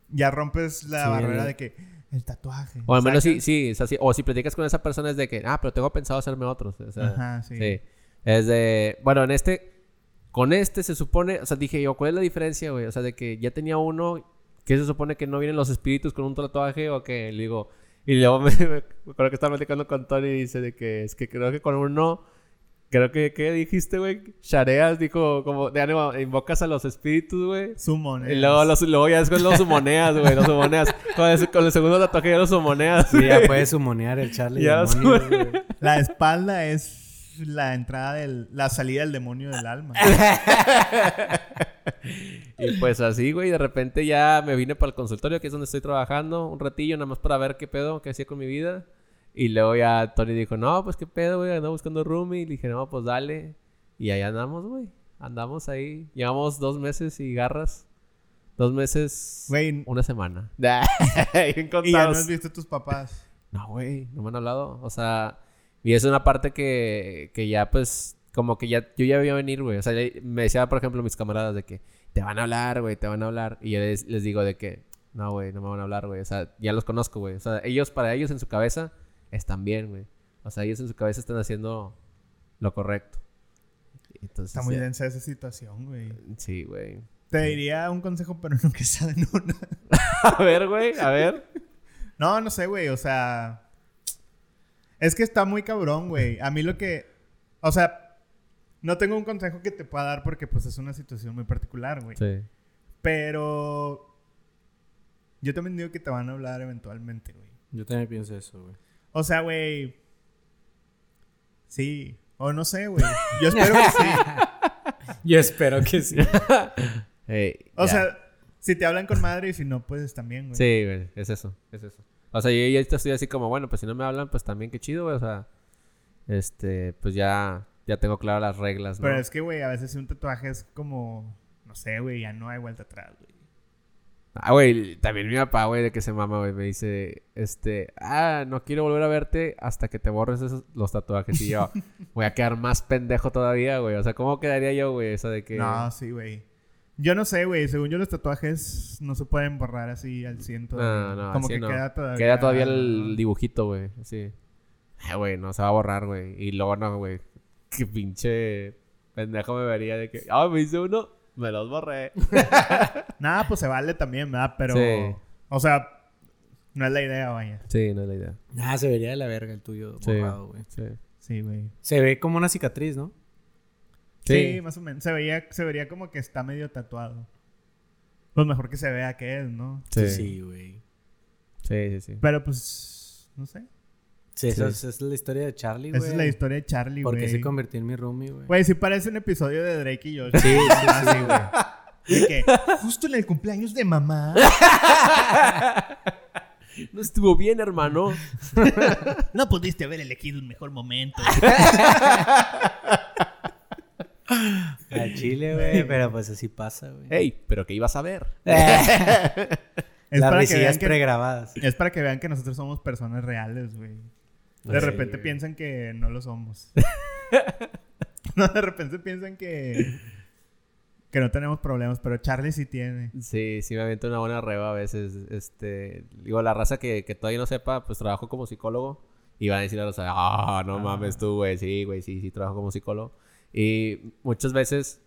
[SPEAKER 3] ya rompes la
[SPEAKER 1] Sí,
[SPEAKER 3] barrera
[SPEAKER 1] el-
[SPEAKER 3] de que el tatuaje.
[SPEAKER 2] O al menos
[SPEAKER 3] sea,
[SPEAKER 2] sí, sí, o sea, sí. O si platicas con esa persona es de que, ah, pero tengo pensado hacerme otros. O sea,
[SPEAKER 3] Ajá, sí.
[SPEAKER 2] Sí. Es de. Bueno, en este. Con este se supone, o sea, dije yo, ¿cuál es la diferencia, güey? O sea, de que ya tenía uno, que se supone que no vienen los espíritus con un tatuaje o que le digo, y luego me, me acuerdo que estaba platicando con Tony y dice de que es que creo que con uno, creo que, ¿qué dijiste, güey? Shareas, dijo, como, de ánimo, invocas a los espíritus, güey.
[SPEAKER 3] Summon.
[SPEAKER 2] Y luego, los, luego ya después los sumoneas, güey, los sumoneas. Con el, con el segundo tatuaje ya los sumoneas.
[SPEAKER 1] Sí, ya puedes sumonear el Charlie.
[SPEAKER 2] Ya
[SPEAKER 1] demonios,
[SPEAKER 2] sumone-
[SPEAKER 1] güey.
[SPEAKER 3] La espalda es la entrada del... La salida del demonio del alma.
[SPEAKER 2] Y pues así, güey, de repente ya me vine para el consultorio, que es donde estoy trabajando, un ratillo, nada más para ver qué pedo, qué hacía con mi vida. Y luego ya Tony dijo, no, pues qué pedo, güey, ando buscando roomie. Y le dije, no, pues dale. Y ahí andamos, güey. Andamos ahí. Llevamos dos meses y garras. Dos meses,
[SPEAKER 3] Güey,
[SPEAKER 2] una semana. Bien
[SPEAKER 3] y ya no
[SPEAKER 2] contados.
[SPEAKER 3] has visto a tus papás.
[SPEAKER 2] No, güey, no me han hablado. O sea, y es una parte que, que ya, pues, como que ya, yo ya veía venir, güey. O sea, ya- me decía, por ejemplo, mis camaradas de que te van a hablar, güey, te van a hablar. Y yo les, les digo de que, no, güey, no me van a hablar, güey. O sea, ya los conozco, güey. O sea, ellos, para ellos en su cabeza, están bien, güey. O sea, ellos en su cabeza están haciendo lo correcto. Entonces,
[SPEAKER 3] Está muy
[SPEAKER 2] ya-
[SPEAKER 3] densa esa situación, güey.
[SPEAKER 2] Sí, güey.
[SPEAKER 3] Te diría un consejo, pero nunca saben uno.
[SPEAKER 2] a ver, güey, a ver.
[SPEAKER 3] No, no sé, güey. O sea. Es que está muy cabrón, güey. A mí lo que. O sea, no tengo un consejo que te pueda dar porque, pues, es una situación muy particular, güey.
[SPEAKER 2] Sí.
[SPEAKER 3] Pero. Yo también digo que te van a hablar eventualmente, güey.
[SPEAKER 1] Yo también pienso eso, güey.
[SPEAKER 3] O sea, güey. Sí. O no sé, güey. Yo espero que sí.
[SPEAKER 1] Yo espero que sí.
[SPEAKER 2] Ey,
[SPEAKER 3] O
[SPEAKER 2] ya.
[SPEAKER 3] sea, si te hablan con madre y si no, pues también, güey.
[SPEAKER 2] Sí, güey, es eso, es eso. O sea, yo ya estoy así como, bueno, pues si no me hablan, pues también qué chido, güey. O sea, este, pues ya, ya tengo claras las reglas, ¿no?
[SPEAKER 3] Pero es que, güey, a veces un tatuaje es como. No sé, güey, ya no hay vuelta atrás, güey.
[SPEAKER 2] Ah, güey, también mi papá, güey, de que se mama, güey, me dice, este, ah, no quiero volver a verte hasta que te borres esos, los tatuajes. Y yo, voy a quedar más pendejo todavía, güey. O sea, ¿cómo quedaría yo, güey? Eso de que...
[SPEAKER 3] No, sí, güey. Yo no sé, güey. Según yo, los tatuajes no se pueden borrar así al ciento.
[SPEAKER 2] No, no,
[SPEAKER 3] Como
[SPEAKER 2] así
[SPEAKER 3] que
[SPEAKER 2] no.
[SPEAKER 3] queda todavía.
[SPEAKER 2] Queda todavía el dibujito, güey. Así. Ay, güey, no se va a borrar, güey. Y luego no, güey. Qué pinche pendejo me vería de que. Ah, me hice uno. Me los borré.
[SPEAKER 3] Nada, pues se vale también, ¿verdad? Pero.
[SPEAKER 2] Sí.
[SPEAKER 3] O sea, no es la idea, vaya.
[SPEAKER 2] Sí, no es la idea.
[SPEAKER 1] Ah, se vería de la verga el tuyo
[SPEAKER 2] Sí.
[SPEAKER 1] borrado, güey.
[SPEAKER 2] Sí.
[SPEAKER 3] Sí, güey.
[SPEAKER 1] Se ve como una cicatriz, ¿no?
[SPEAKER 3] Sí.
[SPEAKER 2] Sí.
[SPEAKER 3] más o menos. Se veía, se vería como que está medio tatuado. Pues mejor que se vea que es, ¿no?
[SPEAKER 2] Sí, sí.
[SPEAKER 1] Sí, güey.
[SPEAKER 2] Sí, sí, sí.
[SPEAKER 3] Pero pues. No sé.
[SPEAKER 1] Sí, esa
[SPEAKER 2] Sí.
[SPEAKER 1] es- esa es la historia de Charlie, güey.
[SPEAKER 3] Esa es la historia de Charlie, güey.
[SPEAKER 1] Porque se convirtió en mi roomie, güey.
[SPEAKER 3] Güey, sí parece un episodio de Drake y Josh.
[SPEAKER 1] Sí, sí, sí,
[SPEAKER 3] Así,
[SPEAKER 1] güey.
[SPEAKER 3] güey. De que, justo en el cumpleaños de mamá.
[SPEAKER 2] No estuvo bien, hermano.
[SPEAKER 3] No pudiste haber elegido un mejor momento.
[SPEAKER 1] A Chile, güey. Pero pues así pasa, güey.
[SPEAKER 2] Ey, pero ¿qué ibas a ver?
[SPEAKER 3] Es
[SPEAKER 1] Las
[SPEAKER 3] para, que
[SPEAKER 1] resillas
[SPEAKER 3] vean que,
[SPEAKER 1] pregrabadas.
[SPEAKER 3] es para que vean que nosotros somos personas reales, güey. De
[SPEAKER 1] Pues
[SPEAKER 2] Sí,
[SPEAKER 3] repente
[SPEAKER 2] güey.
[SPEAKER 3] piensan que no lo somos. no, de repente piensan que... Que no tenemos problemas, pero Charlie sí tiene.
[SPEAKER 2] Sí, sí me aviento una buena reba a veces. Este, digo, la raza que, que todavía no sepa, pues trabajo como psicólogo. Y van a decir a los, ah, no mames tú, güey, sí, güey, sí, sí, trabajo como psicólogo. Y muchas veces,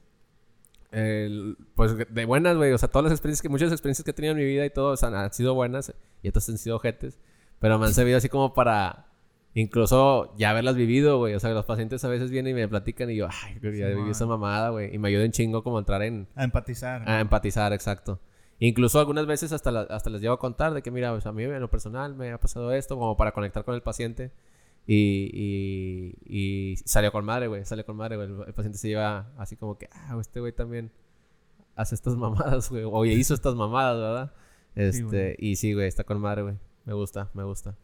[SPEAKER 2] el- pues de buenas, güey, o sea, todas las experiencias que, muchas experiencias que he tenido en mi vida y todo, o sea, han sido buenas y otras han sido ojetes. Pero me han servido así como para incluso ya haberlas vivido, güey. O sea, los pacientes a veces vienen y me platican y yo, ay, güey, ya viví
[SPEAKER 3] Simón.
[SPEAKER 2] esa mamada, güey. Y me ayuda un chingo como a entrar en,
[SPEAKER 3] A empatizar.
[SPEAKER 1] Ah,
[SPEAKER 2] a empatizar, exacto. Incluso algunas veces hasta, la- hasta les llevo a contar de que, mira, pues, a mí en lo personal me ha pasado esto, como para conectar con el paciente. Y, y, y salió con madre, güey. Salió con madre, güey. El, el paciente se lleva así como que, ah, este güey también hace estas mamadas, güey. Oye, hizo estas mamadas, ¿verdad?
[SPEAKER 3] Sí, güey.
[SPEAKER 2] Este, y sí, güey, está con madre, güey. Me gusta, me gusta.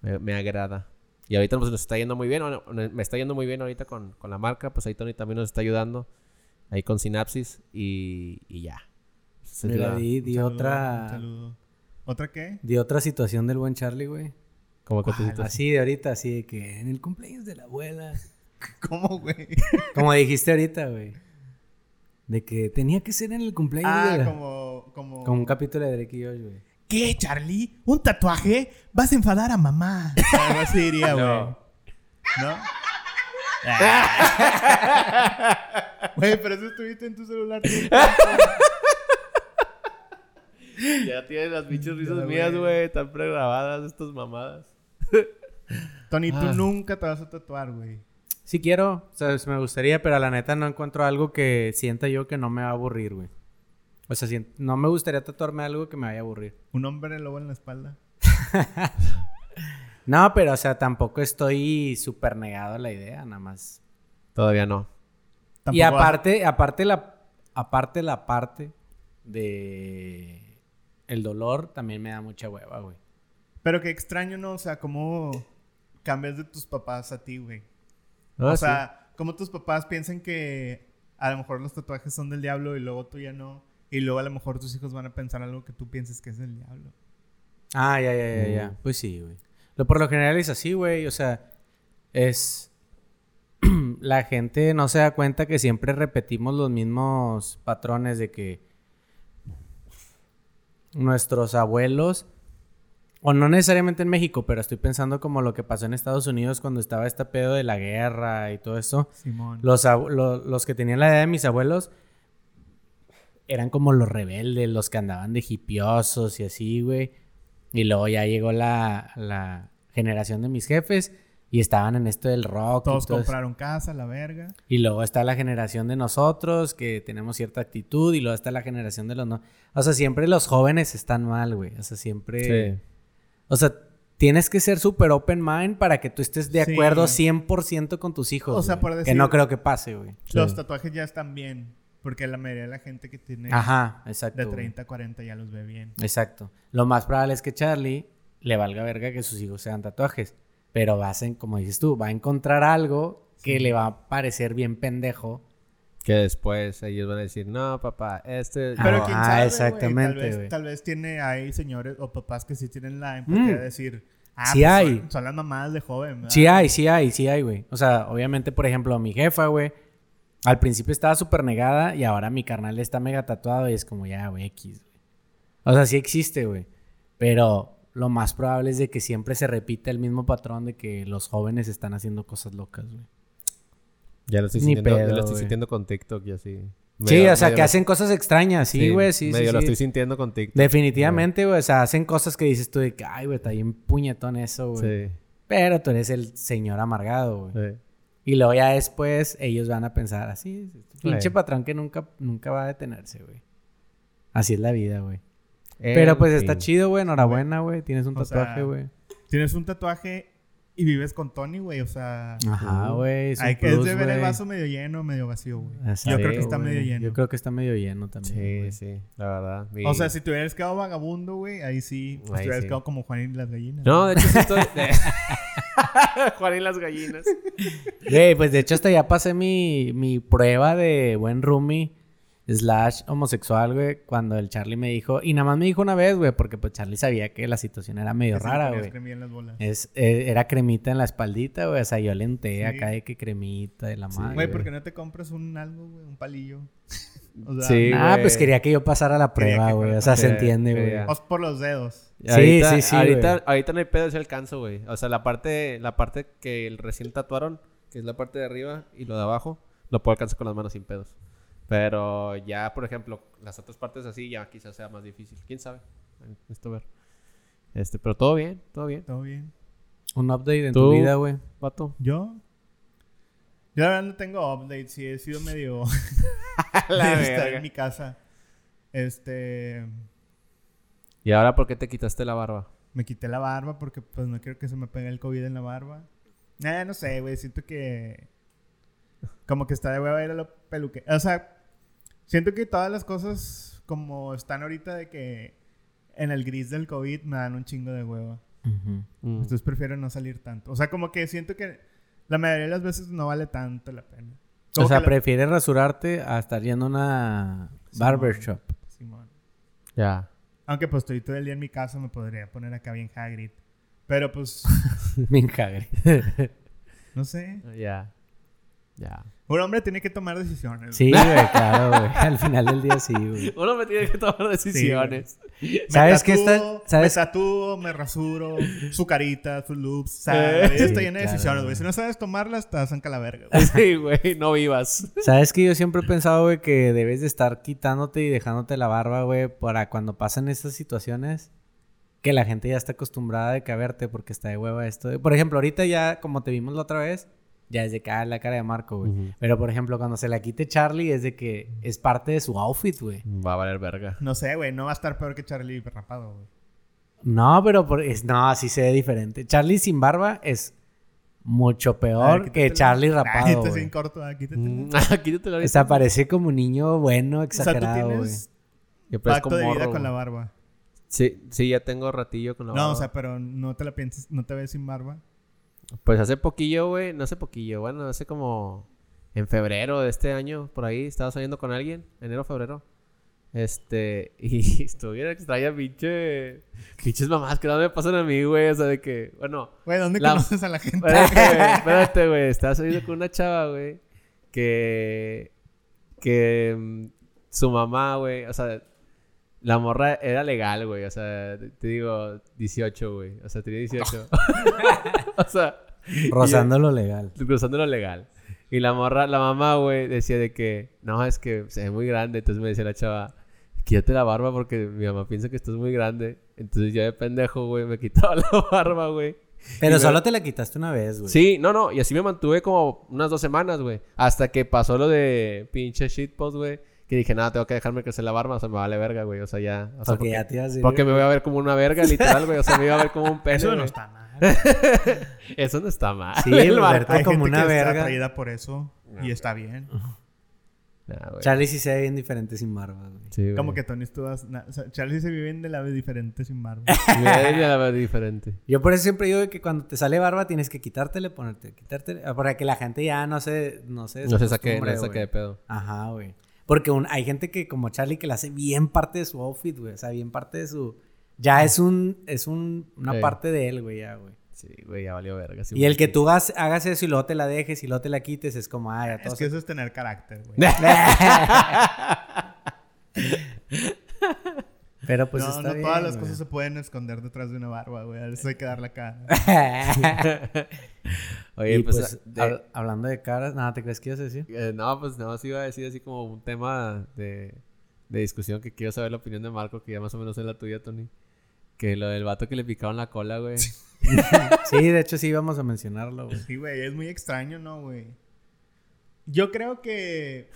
[SPEAKER 2] Me, me agrada. Y ahorita pues, nos está yendo muy bien. bueno, me está yendo muy bien ahorita con, con la marca. Pues ahí Tony también nos está ayudando. Ahí con Sinapsis. Y, y ya. Esa es
[SPEAKER 1] Mira,
[SPEAKER 2] la-
[SPEAKER 1] di, di
[SPEAKER 3] Un saludo, un
[SPEAKER 1] otra...
[SPEAKER 3] saludo. ¿Otra qué?
[SPEAKER 1] Di otra situación del buen Charlie, güey.
[SPEAKER 2] como que tú
[SPEAKER 3] ¿Cuál?
[SPEAKER 2] dices,
[SPEAKER 1] Así de ahorita, así de que en el cumpleaños de la abuela.
[SPEAKER 3] ¿Cómo, güey?
[SPEAKER 1] Como dijiste ahorita, güey. De que tenía que ser en el cumpleaños de
[SPEAKER 3] Ah,
[SPEAKER 1] la-
[SPEAKER 3] como... Como...
[SPEAKER 1] Como un capítulo de Drake y Josh, güey.
[SPEAKER 3] ¿Qué, Charlie? ¿Un tatuaje? Vas a enfadar a mamá. Algo así diría, güey.
[SPEAKER 2] No.
[SPEAKER 3] ¿No? Güey, pero eso estuviste en tu celular. tú.
[SPEAKER 2] Ya tienes las bichos risas
[SPEAKER 3] Ya,
[SPEAKER 2] mías,
[SPEAKER 3] güey.
[SPEAKER 2] güey. Están pregrabadas estas mamadas.
[SPEAKER 3] Tony, tú
[SPEAKER 2] Ah.
[SPEAKER 3] nunca te vas a tatuar, güey.
[SPEAKER 1] Si quiero, o sea, me gustaría, pero la neta no encuentro algo que sienta yo que no me va a aburrir, güey. O sea, si- no me gustaría tatuarme algo que me vaya a aburrir.
[SPEAKER 3] Un hombre lobo en la espalda.
[SPEAKER 1] No, pero, o sea, tampoco estoy súper negado a la idea, nada más.
[SPEAKER 2] Todavía no.
[SPEAKER 1] y
[SPEAKER 3] Tampoco vas-
[SPEAKER 1] aparte, aparte la aparte la parte de el dolor también me da mucha hueva, güey.
[SPEAKER 3] Pero qué extraño, ¿no? O sea, cómo cambias de tus papás a ti, güey.
[SPEAKER 2] Ah,
[SPEAKER 3] o
[SPEAKER 2] sí.
[SPEAKER 3] sea, cómo tus papás piensan que a lo mejor los tatuajes son del diablo y luego tú ya no. Y luego a lo mejor tus hijos van a pensar algo que tú pienses que es del diablo.
[SPEAKER 1] Ah, ya, ya, ya, ya.
[SPEAKER 2] Mm.
[SPEAKER 1] Pues sí, güey. Lo por lo general es así, güey. O sea, es la gente no se da cuenta que siempre repetimos los mismos patrones de que nuestros abuelos o no necesariamente en México, pero estoy pensando como lo que pasó en Estados Unidos cuando estaba este pedo de la guerra y todo esto.
[SPEAKER 3] Simón.
[SPEAKER 1] Los, abu- lo- los que tenían la edad de mis abuelos eran como los rebeldes, los que andaban de hipiosos y así, güey. Y luego ya llegó la, la generación de mis jefes y estaban en esto del rock. y
[SPEAKER 3] Todos
[SPEAKER 1] todo eso.
[SPEAKER 3] compraron casa, la verga.
[SPEAKER 1] Y luego está la generación de nosotros que tenemos cierta actitud y luego está la generación de los no. O sea, siempre los jóvenes están mal, güey. O sea, siempre...
[SPEAKER 2] Sí.
[SPEAKER 1] O sea, tienes que ser súper open mind para que tú estés de
[SPEAKER 3] Sí.
[SPEAKER 1] acuerdo 100% con tus hijos.
[SPEAKER 3] O sea,
[SPEAKER 1] güey.
[SPEAKER 3] por
[SPEAKER 1] Que
[SPEAKER 3] decir-
[SPEAKER 1] no creo que pase, güey.
[SPEAKER 2] Sí.
[SPEAKER 3] Los tatuajes ya están bien. Porque la mayoría de la gente que tiene
[SPEAKER 1] Ajá, exacto.
[SPEAKER 3] de
[SPEAKER 1] güey.
[SPEAKER 3] 30 a 40 ya los ve bien.
[SPEAKER 1] Exacto. Lo más probable es que Charlie le valga verga que sus hijos sean tatuajes. Pero va a ser, como dices tú, va a encontrar algo que le va a parecer bien pendejo.
[SPEAKER 2] Que después ellos van a decir, no, papá, este...
[SPEAKER 1] Ah,
[SPEAKER 3] Pero
[SPEAKER 1] no.
[SPEAKER 3] quién
[SPEAKER 1] ah,
[SPEAKER 3] sabe, güey,
[SPEAKER 1] exactamente,
[SPEAKER 3] Tal
[SPEAKER 1] güey.
[SPEAKER 3] vez, tal vez tiene ahí señores o papás que sí tienen la empatía
[SPEAKER 1] Mm.
[SPEAKER 3] de decir... Ah,
[SPEAKER 1] Sí
[SPEAKER 3] pues
[SPEAKER 1] hay.
[SPEAKER 3] Son, son las mamadas de joven, ¿verdad?
[SPEAKER 1] Sí hay, sí hay, sí hay, güey. O sea, obviamente, por ejemplo, mi jefa, güey, al principio estaba súper negada y ahora mi carnal está mega tatuado y es como, ya, güey, X, güey. O sea, sí existe, güey. Pero lo más probable es de que siempre se repita el mismo patrón de que los jóvenes están haciendo cosas locas, güey.
[SPEAKER 2] Ya lo estoy
[SPEAKER 1] Ni
[SPEAKER 2] sintiendo, ya
[SPEAKER 1] pedo,
[SPEAKER 2] lo estoy
[SPEAKER 1] güey.
[SPEAKER 2] sintiendo con TikTok y así.
[SPEAKER 1] Sí,
[SPEAKER 2] Medio-
[SPEAKER 1] o sea,
[SPEAKER 2] medio
[SPEAKER 1] que
[SPEAKER 2] lo-
[SPEAKER 1] hacen cosas extrañas, sí, güey, sí, sí,
[SPEAKER 2] Medio lo
[SPEAKER 1] sí.
[SPEAKER 2] estoy sintiendo con TikTok.
[SPEAKER 1] Definitivamente, güey. O sea, hacen cosas que dices tú de que, ay, güey, está bien puñetón eso, güey.
[SPEAKER 2] Sí,
[SPEAKER 1] Pero tú eres el señor amargado, güey.
[SPEAKER 2] sí.
[SPEAKER 1] Y luego ya después ellos van a pensar así, "Este pinche
[SPEAKER 2] Sí.
[SPEAKER 1] patrón que nunca, nunca va a detenerse, güey. Así es la vida, güey.
[SPEAKER 2] En
[SPEAKER 1] Pero pues está
[SPEAKER 2] fin.
[SPEAKER 1] chido, güey. Enhorabuena, güey. Tienes un
[SPEAKER 3] O sea,
[SPEAKER 1] tatuaje, güey.
[SPEAKER 3] Tienes un tatuaje y vives con Tony, güey. O sea,
[SPEAKER 1] Ajá,
[SPEAKER 2] sí.
[SPEAKER 1] güey. Ah, Es un
[SPEAKER 3] hay que es
[SPEAKER 1] plus,
[SPEAKER 3] de ver el
[SPEAKER 1] güey.
[SPEAKER 3] vaso medio lleno, medio vacío, güey. Yo
[SPEAKER 1] Exacto,
[SPEAKER 3] creo que está
[SPEAKER 1] güey.
[SPEAKER 3] medio lleno.
[SPEAKER 1] Yo creo que está medio lleno también.
[SPEAKER 2] Sí,
[SPEAKER 1] güey.
[SPEAKER 2] sí, la verdad. mi-
[SPEAKER 3] O sea, si te hubieras quedado vagabundo, güey, ahí sí. Pues,
[SPEAKER 2] Ahí
[SPEAKER 3] te hubieras
[SPEAKER 2] sí.
[SPEAKER 3] quedado como Juan y las gallinas.
[SPEAKER 2] No, de hecho sí estoy... Juan y las gallinas.
[SPEAKER 1] Güey, pues de hecho hasta ya pasé mi, mi prueba de buen roomie slash homosexual, güey, cuando el Charlie me dijo, y nada más me dijo una vez, güey, porque pues Charlie sabía que la situación era medio
[SPEAKER 3] Que sí le
[SPEAKER 1] rara,
[SPEAKER 3] ponías
[SPEAKER 1] güey.
[SPEAKER 3] cremilla en las bolas.
[SPEAKER 1] Es, e- era cremita en la espaldita, güey, o sea, yo le enté
[SPEAKER 3] Sí.
[SPEAKER 1] acá de que cremita de la
[SPEAKER 2] Sí,
[SPEAKER 1] madre.
[SPEAKER 3] Güey,
[SPEAKER 1] güey.
[SPEAKER 3] ¿por qué no te compras un algo, güey? Un palillo. O sea,
[SPEAKER 2] Sí,
[SPEAKER 1] Ah,
[SPEAKER 2] güey.
[SPEAKER 1] pues quería que yo pasara la
[SPEAKER 3] Quería
[SPEAKER 1] prueba,
[SPEAKER 3] que
[SPEAKER 1] güey,
[SPEAKER 3] fuera
[SPEAKER 1] o sea, se
[SPEAKER 2] tatuaje.
[SPEAKER 1] entiende,
[SPEAKER 2] Quería.
[SPEAKER 1] güey.
[SPEAKER 3] os por los dedos.
[SPEAKER 1] Sí,
[SPEAKER 2] ahorita,
[SPEAKER 1] sí, sí,
[SPEAKER 2] Ahorita,
[SPEAKER 1] güey.
[SPEAKER 2] ahorita no hay pedo, es el canso, güey. O sea, la parte, la parte que el recién tatuaron, que es la parte de arriba y lo de abajo, lo puedo alcanzar con las manos sin pedos. Pero ya, por ejemplo, las otras partes así ya quizás sea más difícil. ¿Quién sabe? Esto ver. Este, pero todo bien, todo bien.
[SPEAKER 3] Todo bien.
[SPEAKER 1] Un update en
[SPEAKER 2] Tú-
[SPEAKER 1] tu vida, güey.
[SPEAKER 2] Vato.
[SPEAKER 3] ¿Yo? Yo la verdad no tengo updates. Sí, he sido medio...
[SPEAKER 2] La
[SPEAKER 3] de estar
[SPEAKER 2] verga.
[SPEAKER 3] en mi casa. Este...
[SPEAKER 2] ¿Y ahora por qué te quitaste la barba?
[SPEAKER 3] Me quité la barba porque pues no quiero que se me pegue el COVID en la barba. Eh, no sé, güey. Siento que... Como que está de hueva ir a la peluque. O sea, siento que todas las cosas como están ahorita de que en el gris del COVID me dan un chingo de hueva.
[SPEAKER 1] Ujú.
[SPEAKER 3] Entonces prefiero no salir tanto. O sea, como que siento que la mayoría de las veces no vale tanto la pena. Como
[SPEAKER 1] O sea,
[SPEAKER 3] que la-
[SPEAKER 1] prefieres rasurarte a estar yendo a una
[SPEAKER 3] Sí,
[SPEAKER 1] barbershop.
[SPEAKER 3] Simón.
[SPEAKER 2] Ya.
[SPEAKER 3] Aunque pues estoy todo el día en mi casa, me podría poner acá bien Hagrid. Pero pues,
[SPEAKER 1] Bien cagre.
[SPEAKER 3] no sé.
[SPEAKER 2] Ya. Ya.
[SPEAKER 3] Un hombre tiene que tomar decisiones.
[SPEAKER 1] Sí, güey, claro, güey. Al final del día sí, güey.
[SPEAKER 2] Uno me tiene que tomar decisiones.
[SPEAKER 1] ¿Sabes qué
[SPEAKER 3] me
[SPEAKER 1] está-
[SPEAKER 3] tatúo,
[SPEAKER 1] sabes-
[SPEAKER 3] Me tatúo, me rasuro, su carita, sus loops. O sea,
[SPEAKER 2] Eh.
[SPEAKER 3] la vida está
[SPEAKER 1] Sí,
[SPEAKER 3] llena de
[SPEAKER 1] claro,
[SPEAKER 3] decisiones, güey.
[SPEAKER 1] güey.
[SPEAKER 3] Si no sabes tomarlas, te hacen calaverga, güey.
[SPEAKER 2] Sí, güey, no vivas.
[SPEAKER 1] ¿Sabes que yo siempre he pensado, güey, que debes de estar quitándote y dejándote la barba, güey, para cuando pasan estas situaciones que la gente ya está acostumbrada de que a verte porque está de hueva esto. de- Por ejemplo, ahorita ya, como te vimos la otra vez, ya es de que, ah, la cara de Marco, güey.
[SPEAKER 2] Ujú.
[SPEAKER 1] Pero, por ejemplo, cuando se la quite Charlie es de que es parte de su outfit, güey.
[SPEAKER 2] Va a valer verga.
[SPEAKER 3] No sé, güey. No va a estar peor que Charlie rapado, güey.
[SPEAKER 1] No, pero por- es, no, así se ve diferente. Charlie sin barba es mucho peor que Charlie rapado,
[SPEAKER 3] Está
[SPEAKER 1] güey.
[SPEAKER 3] sin corto, ah, quítatela.
[SPEAKER 2] Mm, ah, Quítatelo
[SPEAKER 1] O
[SPEAKER 2] ahorita.
[SPEAKER 1] sea, parece como un niño bueno,
[SPEAKER 3] O sea, tú
[SPEAKER 1] exagerado, güey.
[SPEAKER 3] tienes
[SPEAKER 2] Yo parezco
[SPEAKER 3] pacto de vida
[SPEAKER 2] morro,
[SPEAKER 3] con la
[SPEAKER 2] güey.
[SPEAKER 3] barba.
[SPEAKER 2] Sí, sí, ya tengo ratillo con la
[SPEAKER 3] No,
[SPEAKER 2] barba.
[SPEAKER 3] o sea, pero no te la piensas, no te ves sin barba.
[SPEAKER 2] Pues hace poquillo, güey, no hace poquillo, bueno, hace como en febrero de este año, por ahí, estaba saliendo con alguien, enero, febrero. Este, y estuviera extraña, pinche. Pinches mamás que no me pasan a mí, güey, o sea, de que, bueno.
[SPEAKER 3] Güey, ¿dónde
[SPEAKER 2] La-
[SPEAKER 3] conoces a la gente?
[SPEAKER 2] Espérate, güey, espérate, güey, estaba saliendo con una chava, güey, que. que. mm, su mamá, güey, o sea. La morra era legal, güey. O sea, te- te digo, 18, güey. O sea, tenía 18. o sea,
[SPEAKER 1] Rozando lo legal.
[SPEAKER 2] cruzando lo legal. Y la morra, la mamá, güey, decía de que, no, es que se ve muy grande. Entonces me decía la chava, quítate la barba porque mi mamá piensa que estás muy grande. Entonces yo de pendejo, güey, me quitaba la barba, güey.
[SPEAKER 1] Pero
[SPEAKER 2] Y
[SPEAKER 1] solo
[SPEAKER 2] luego-
[SPEAKER 1] te la quitaste una vez, güey.
[SPEAKER 2] Sí, no, no. Y así me mantuve como unas dos semanas, güey. Hasta que pasó lo de pinche shitpost, güey. Que dije, nada, tengo que dejarme crecer la barba. O sea, me vale verga, güey. O sea, ya. O sea,
[SPEAKER 1] Porque ya te ibas a ir-
[SPEAKER 2] porque me voy a ver como una verga, literal, güey. O sea, me iba a ver como un pez.
[SPEAKER 3] Eso no
[SPEAKER 2] güey.
[SPEAKER 3] está mal.
[SPEAKER 2] Eso no está mal.
[SPEAKER 1] Sí,
[SPEAKER 2] el
[SPEAKER 1] güey,
[SPEAKER 2] barco.
[SPEAKER 1] Está
[SPEAKER 3] Hay
[SPEAKER 1] como
[SPEAKER 3] gente
[SPEAKER 1] una
[SPEAKER 3] que está
[SPEAKER 1] verga.
[SPEAKER 3] atraída por eso y está bien.
[SPEAKER 2] Nah, güey.
[SPEAKER 1] Charlie sí se ve bien diferente sin barba, güey.
[SPEAKER 2] Sí, güey.
[SPEAKER 3] Como que Tony Stewart... na- o sea, Charlie se vive de la vez diferente sin barba.
[SPEAKER 2] Me voy a ir a la ver diferente.
[SPEAKER 1] Yo por eso siempre digo que cuando te sale barba tienes que quitártele, ponerte, quitártele. ah, Para que la gente ya no se... No se,
[SPEAKER 2] No se saque, no
[SPEAKER 1] desacostumbre,
[SPEAKER 2] se saque
[SPEAKER 1] güey.
[SPEAKER 2] de pedo.
[SPEAKER 1] Ajá, güey. Porque un- hay gente que como Charlie que la hace bien parte de su outfit, güey. O sea, bien parte de su... Ya es un... Es un, una
[SPEAKER 2] Sí.
[SPEAKER 1] parte de él, güey, ya, güey.
[SPEAKER 2] Sí, güey, ya valió verga. sí,
[SPEAKER 1] y el
[SPEAKER 2] güey.
[SPEAKER 1] que tú hagas, hagas eso y luego te la dejes y luego te la quites es como... Ah, ya
[SPEAKER 3] Es
[SPEAKER 1] todos...
[SPEAKER 3] que eso es tener carácter, güey.
[SPEAKER 1] Pero pues
[SPEAKER 3] no,
[SPEAKER 1] está
[SPEAKER 3] no
[SPEAKER 1] bien,
[SPEAKER 3] todas las
[SPEAKER 1] güey.
[SPEAKER 3] cosas se pueden esconder detrás de una barba, güey. A veces hay que dar la cara.
[SPEAKER 2] Oye,
[SPEAKER 1] Y,
[SPEAKER 2] pues.
[SPEAKER 1] pues,
[SPEAKER 2] de-
[SPEAKER 1] hab- hablando de caras, nada, ¿te crees que ibas a decir?
[SPEAKER 2] eh, no, pues nada más iba a decir así como un tema de, de discusión que quiero saber la opinión de Marco, que ya más o menos es la tuya, Tony. Que lo del vato que le picaron la cola, güey.
[SPEAKER 1] Sí, de hecho sí íbamos a mencionarlo, güey.
[SPEAKER 3] Sí, güey, es muy extraño, ¿no, güey? Yo creo que...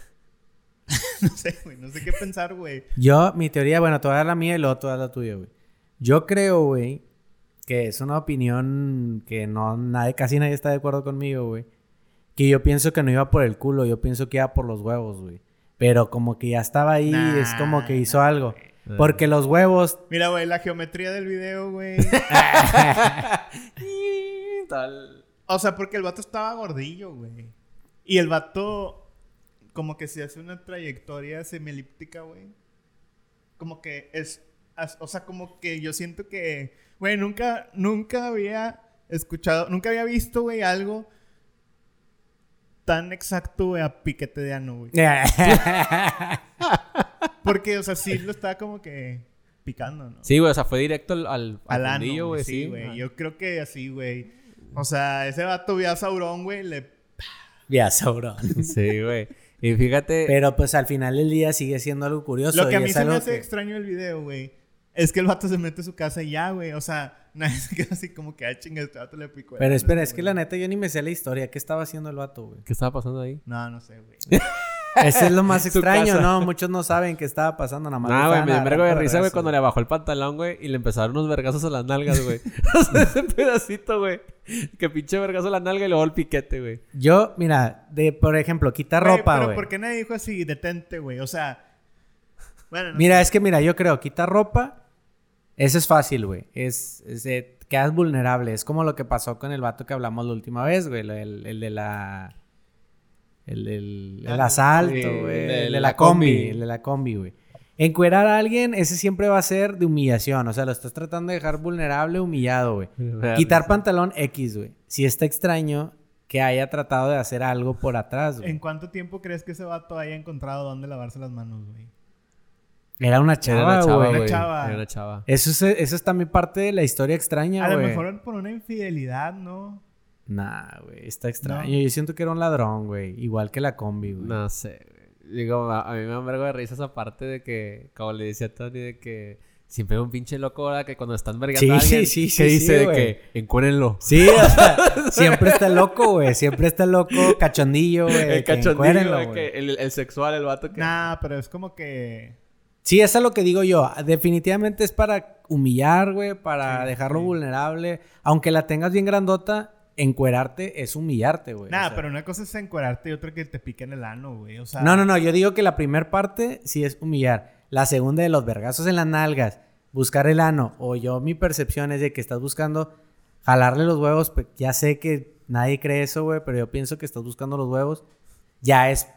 [SPEAKER 3] no sé, güey, no sé qué pensar, güey.
[SPEAKER 1] Yo, mi teoría, bueno, toda la mía y luego toda la tuya, güey. Yo creo, güey, que es una opinión que no, nadie, casi nadie está de acuerdo conmigo, güey. Que yo pienso que no iba por el culo, yo pienso que iba por los huevos, güey. Pero como que ya estaba ahí,
[SPEAKER 3] Nah,
[SPEAKER 1] es como que
[SPEAKER 3] nah,
[SPEAKER 1] hizo algo.
[SPEAKER 2] Ah.
[SPEAKER 1] Porque los huevos,
[SPEAKER 3] Mira, güey, la geometría del video, güey.
[SPEAKER 2] Tal.
[SPEAKER 3] O sea, porque el vato estaba gordillo, güey. Y el vato, como que se hace una trayectoria semielíptica, güey. Como que es. as- O sea, como que yo siento que. Güey, nunca, nunca había escuchado, nunca había visto, güey, algo tan exacto, güey, a piquete de ano, güey. Porque, o sea, sí lo estaba como que picando, ¿no?
[SPEAKER 2] Sí, güey, o sea, fue directo al, al, al
[SPEAKER 3] Al ano,
[SPEAKER 2] fundillo, Ah.
[SPEAKER 3] güey. Sí, güey. Yo creo que así, güey. O sea, ese vato vio a Sauron, güey, le
[SPEAKER 1] ya sobró.
[SPEAKER 2] Sí, güey. Y fíjate.
[SPEAKER 1] Pero pues al final del día sigue siendo algo curioso.
[SPEAKER 3] Lo que a
[SPEAKER 1] y
[SPEAKER 3] mí
[SPEAKER 1] es
[SPEAKER 3] se me
[SPEAKER 1] algo
[SPEAKER 3] hace
[SPEAKER 1] que-
[SPEAKER 3] extraño del video, güey, es que el vato se mete a su casa y ya, güey. O sea, nadie se queda así como que, ah, chinga, este vato le picó. el
[SPEAKER 1] Pero
[SPEAKER 3] ano,
[SPEAKER 1] espera, es
[SPEAKER 3] este
[SPEAKER 1] que la
[SPEAKER 3] güey".
[SPEAKER 1] neta yo ni me sé la historia. ¿Qué estaba haciendo el vato, güey?
[SPEAKER 2] ¿Qué estaba pasando ahí?
[SPEAKER 3] No, no sé, güey.
[SPEAKER 1] Eso es lo más
[SPEAKER 2] Su
[SPEAKER 1] extraño,
[SPEAKER 2] casa.
[SPEAKER 1] ¿no? Muchos no saben qué estaba pasando. Nada más.
[SPEAKER 2] Nah, Ah, güey, me dio un vergo
[SPEAKER 1] mergo
[SPEAKER 2] de risa, güey, cuando le bajó el pantalón, güey, y le empezaron unos vergazos a las nalgas, güey. O sea, ese pedacito, güey. Que pinche vergazo a la nalga y luego el piquete, güey.
[SPEAKER 1] Yo, mira, de, por ejemplo, quita
[SPEAKER 3] Güey,
[SPEAKER 1] ropa,
[SPEAKER 3] Pero
[SPEAKER 1] güey.
[SPEAKER 3] ¿por qué nadie dijo así, detente, güey? O sea, bueno, no
[SPEAKER 1] Mira, es que mira, yo creo, quita ropa. Eso es fácil, güey. Es, es de- quedas vulnerable. Es como lo que pasó con el vato que hablamos la última vez, güey. El, el de la. El del el
[SPEAKER 3] Ah,
[SPEAKER 1] asalto,
[SPEAKER 2] sí,
[SPEAKER 1] güey.
[SPEAKER 2] el
[SPEAKER 1] El,
[SPEAKER 2] de
[SPEAKER 1] de
[SPEAKER 2] la
[SPEAKER 1] la combi.
[SPEAKER 2] combi.
[SPEAKER 1] El de la combi, güey. Encuerar a alguien, ese siempre va a ser de humillación. O sea, lo estás tratando de dejar vulnerable, humillado, güey. Quitar pantalón X, güey. Si está extraño que haya tratado de hacer algo por atrás,
[SPEAKER 3] sé, ¿En
[SPEAKER 1] güey.
[SPEAKER 3] cuánto tiempo crees que ese vato haya encontrado dónde lavarse las manos, güey?
[SPEAKER 1] Era una chava,
[SPEAKER 2] chava,
[SPEAKER 1] güey.
[SPEAKER 2] güey.
[SPEAKER 3] chava.
[SPEAKER 2] Era una chava.
[SPEAKER 1] Eso es, eso es también parte de la historia extraña,
[SPEAKER 3] A
[SPEAKER 1] güey.
[SPEAKER 3] lo mejor por una infidelidad, ¿no?
[SPEAKER 1] Nah, güey, está extraño. Yo siento que era un ladrón, güey. Igual que la combi, güey.
[SPEAKER 2] No sé. güey. Digo, a, a mí me da un vergo de risa esa parte de que, como le decía a Tony, de que siempre hay un pinche loco ahora que cuando están vergando
[SPEAKER 1] Sí,
[SPEAKER 2] a alguien,
[SPEAKER 1] sí, sí,
[SPEAKER 2] que
[SPEAKER 1] sí,
[SPEAKER 2] dice
[SPEAKER 1] sí,
[SPEAKER 2] de
[SPEAKER 1] güey.
[SPEAKER 2] que encuérenlo.
[SPEAKER 1] Sí, o sea, siempre está loco, güey. Siempre está loco, cachondillo, güey. de que
[SPEAKER 2] El cachondillo,
[SPEAKER 1] encuérenlo,
[SPEAKER 2] de que
[SPEAKER 1] güey.
[SPEAKER 2] el, el sexual, el vato que.
[SPEAKER 3] Nah, pero es como que.
[SPEAKER 1] Sí, eso es lo que digo yo. Definitivamente es para humillar, güey, para
[SPEAKER 3] Sí,
[SPEAKER 1] dejarlo
[SPEAKER 3] sí.
[SPEAKER 1] vulnerable. Aunque la tengas bien grandota, encuerarte es humillarte, güey. o
[SPEAKER 3] Nah,
[SPEAKER 1] sea.
[SPEAKER 3] pero una cosa es encuerarte y otra que te piquen el ano, güey. O sea.
[SPEAKER 1] No, no, no. Yo digo que la primera parte sí es humillar. La segunda de los vergazos en las nalgas, buscar el ano. O yo, mi percepción es de que estás buscando jalarle los huevos. pe- Ya sé que nadie cree eso, güey, pero yo pienso que estás buscando los huevos. Ya es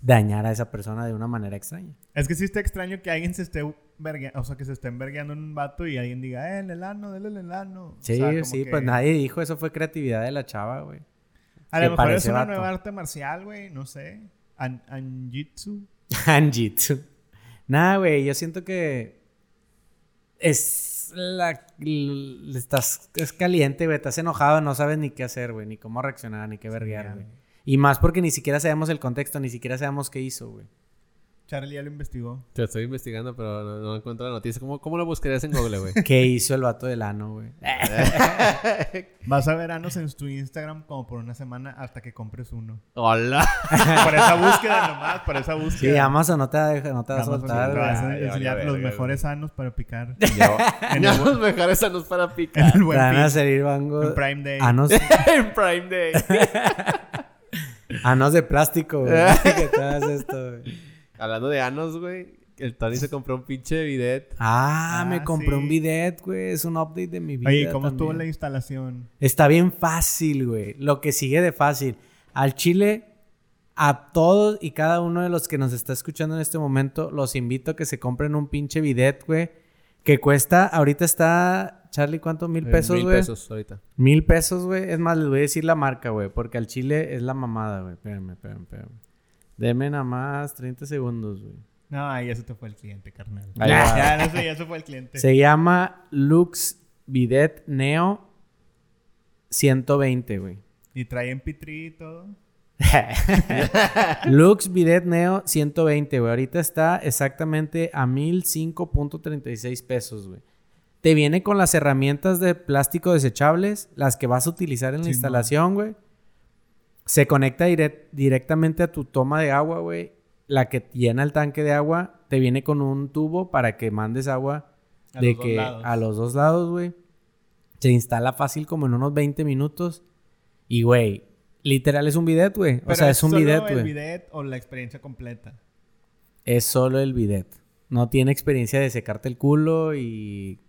[SPEAKER 1] dañar a esa persona de una manera extraña.
[SPEAKER 3] Es que sí está extraño que alguien se esté. vergue- O sea, que se estén vergueando en un vato y alguien diga, eh, en el ano, dele en el ano. O
[SPEAKER 1] Sí,
[SPEAKER 3] sea, como
[SPEAKER 1] sí,
[SPEAKER 3] que-
[SPEAKER 1] pues nadie dijo. Eso fue creatividad de la chava, güey.
[SPEAKER 3] A lo
[SPEAKER 1] que
[SPEAKER 3] mejor es
[SPEAKER 1] parece
[SPEAKER 3] una
[SPEAKER 1] vato.
[SPEAKER 3] nueva arte marcial, güey, no sé. An anjitsu.
[SPEAKER 1] Hanjitsu. Nah, güey, yo siento que es la l- estás es caliente, güey, estás enojado, no sabes ni qué hacer, güey, ni cómo reaccionar, ni qué verguear,
[SPEAKER 3] ya,
[SPEAKER 1] güey. Y más porque ni siquiera sabemos el contexto, ni siquiera sabemos qué hizo, güey.
[SPEAKER 3] Charlie ya lo investigó.
[SPEAKER 2] Te estoy investigando, pero no, no encuentro la noticia. ¿Cómo, cómo lo buscarías en Google, güey?
[SPEAKER 1] ¿Qué hizo el vato del ano, güey?
[SPEAKER 3] Vas a ver anos en tu Instagram como por una semana hasta que compres uno.
[SPEAKER 2] Hola.
[SPEAKER 3] Por esa búsqueda nomás, por esa búsqueda.
[SPEAKER 1] Sí, Amazon no te va a dejar- no te va a
[SPEAKER 3] Amazon
[SPEAKER 1] soltar,
[SPEAKER 3] te va
[SPEAKER 1] güey.
[SPEAKER 3] a
[SPEAKER 2] güey.
[SPEAKER 3] enseñar
[SPEAKER 2] Ya, ya,
[SPEAKER 3] los
[SPEAKER 2] ya, ya,
[SPEAKER 3] mejores anos para picar. En el,
[SPEAKER 2] Vamos a dejar esa nos para
[SPEAKER 3] en
[SPEAKER 2] picar.
[SPEAKER 3] el
[SPEAKER 1] Te
[SPEAKER 3] buen
[SPEAKER 1] van a
[SPEAKER 3] fin,
[SPEAKER 1] salir bango-
[SPEAKER 3] en Prime Day.
[SPEAKER 1] anos,
[SPEAKER 2] en Prime Day.
[SPEAKER 1] anos de plástico, güey. que te hagas esto, güey.
[SPEAKER 2] Hablando de anos, güey. El Tony se compró un pinche bidet.
[SPEAKER 1] Ah,
[SPEAKER 3] Ah,
[SPEAKER 1] me compré
[SPEAKER 3] sí.
[SPEAKER 1] un bidet, güey. Es un update de mi vida.
[SPEAKER 3] Oye, ¿cómo estuvo
[SPEAKER 1] también.
[SPEAKER 3] la instalación?
[SPEAKER 1] Está bien fácil, güey. Lo que sigue de fácil. Al Chile, a todos y cada uno de los que nos está escuchando en este momento, los invito a que se compren un pinche bidet, güey. Que cuesta, ahorita está, Charlie, ¿cuánto? Mil pesos,
[SPEAKER 2] Eh, Mil
[SPEAKER 1] güey.
[SPEAKER 2] pesos ahorita.
[SPEAKER 1] Mil pesos, güey. Es más, les voy a decir la marca, güey. Porque al Chile es la mamada, güey. Espérame, espérame, espérame. Deme nada más 30 segundos, güey.
[SPEAKER 3] No, ahí ya se te fue el cliente, carnal.
[SPEAKER 1] Ahí va.
[SPEAKER 3] Ya, no sé, ya se fue el cliente.
[SPEAKER 1] Se llama Lux Bidet Neo 120, güey.
[SPEAKER 3] Y traen pitri y todo.
[SPEAKER 1] Lux Bidet Neo 120, güey. Ahorita está exactamente a 1005.36 pesos, güey. Te viene con las herramientas de plástico desechables, las que vas a utilizar en la
[SPEAKER 3] Simón.
[SPEAKER 1] instalación, güey. Se conecta direct- directamente a tu toma de agua, güey. La que llena el tanque de agua te viene con un tubo para que mandes agua
[SPEAKER 3] A
[SPEAKER 1] de
[SPEAKER 3] los dos
[SPEAKER 1] que
[SPEAKER 3] lados.
[SPEAKER 1] a los dos lados, güey. Se instala fácil como en unos 20 minutos. Y, güey, literal es un bidet, güey. O
[SPEAKER 3] Pero
[SPEAKER 1] sea, es un
[SPEAKER 3] solo
[SPEAKER 1] bidet,
[SPEAKER 3] el
[SPEAKER 1] güey.
[SPEAKER 3] bidet o la experiencia completa?
[SPEAKER 1] Es solo el bidet. No tiene experiencia de secarte el culo y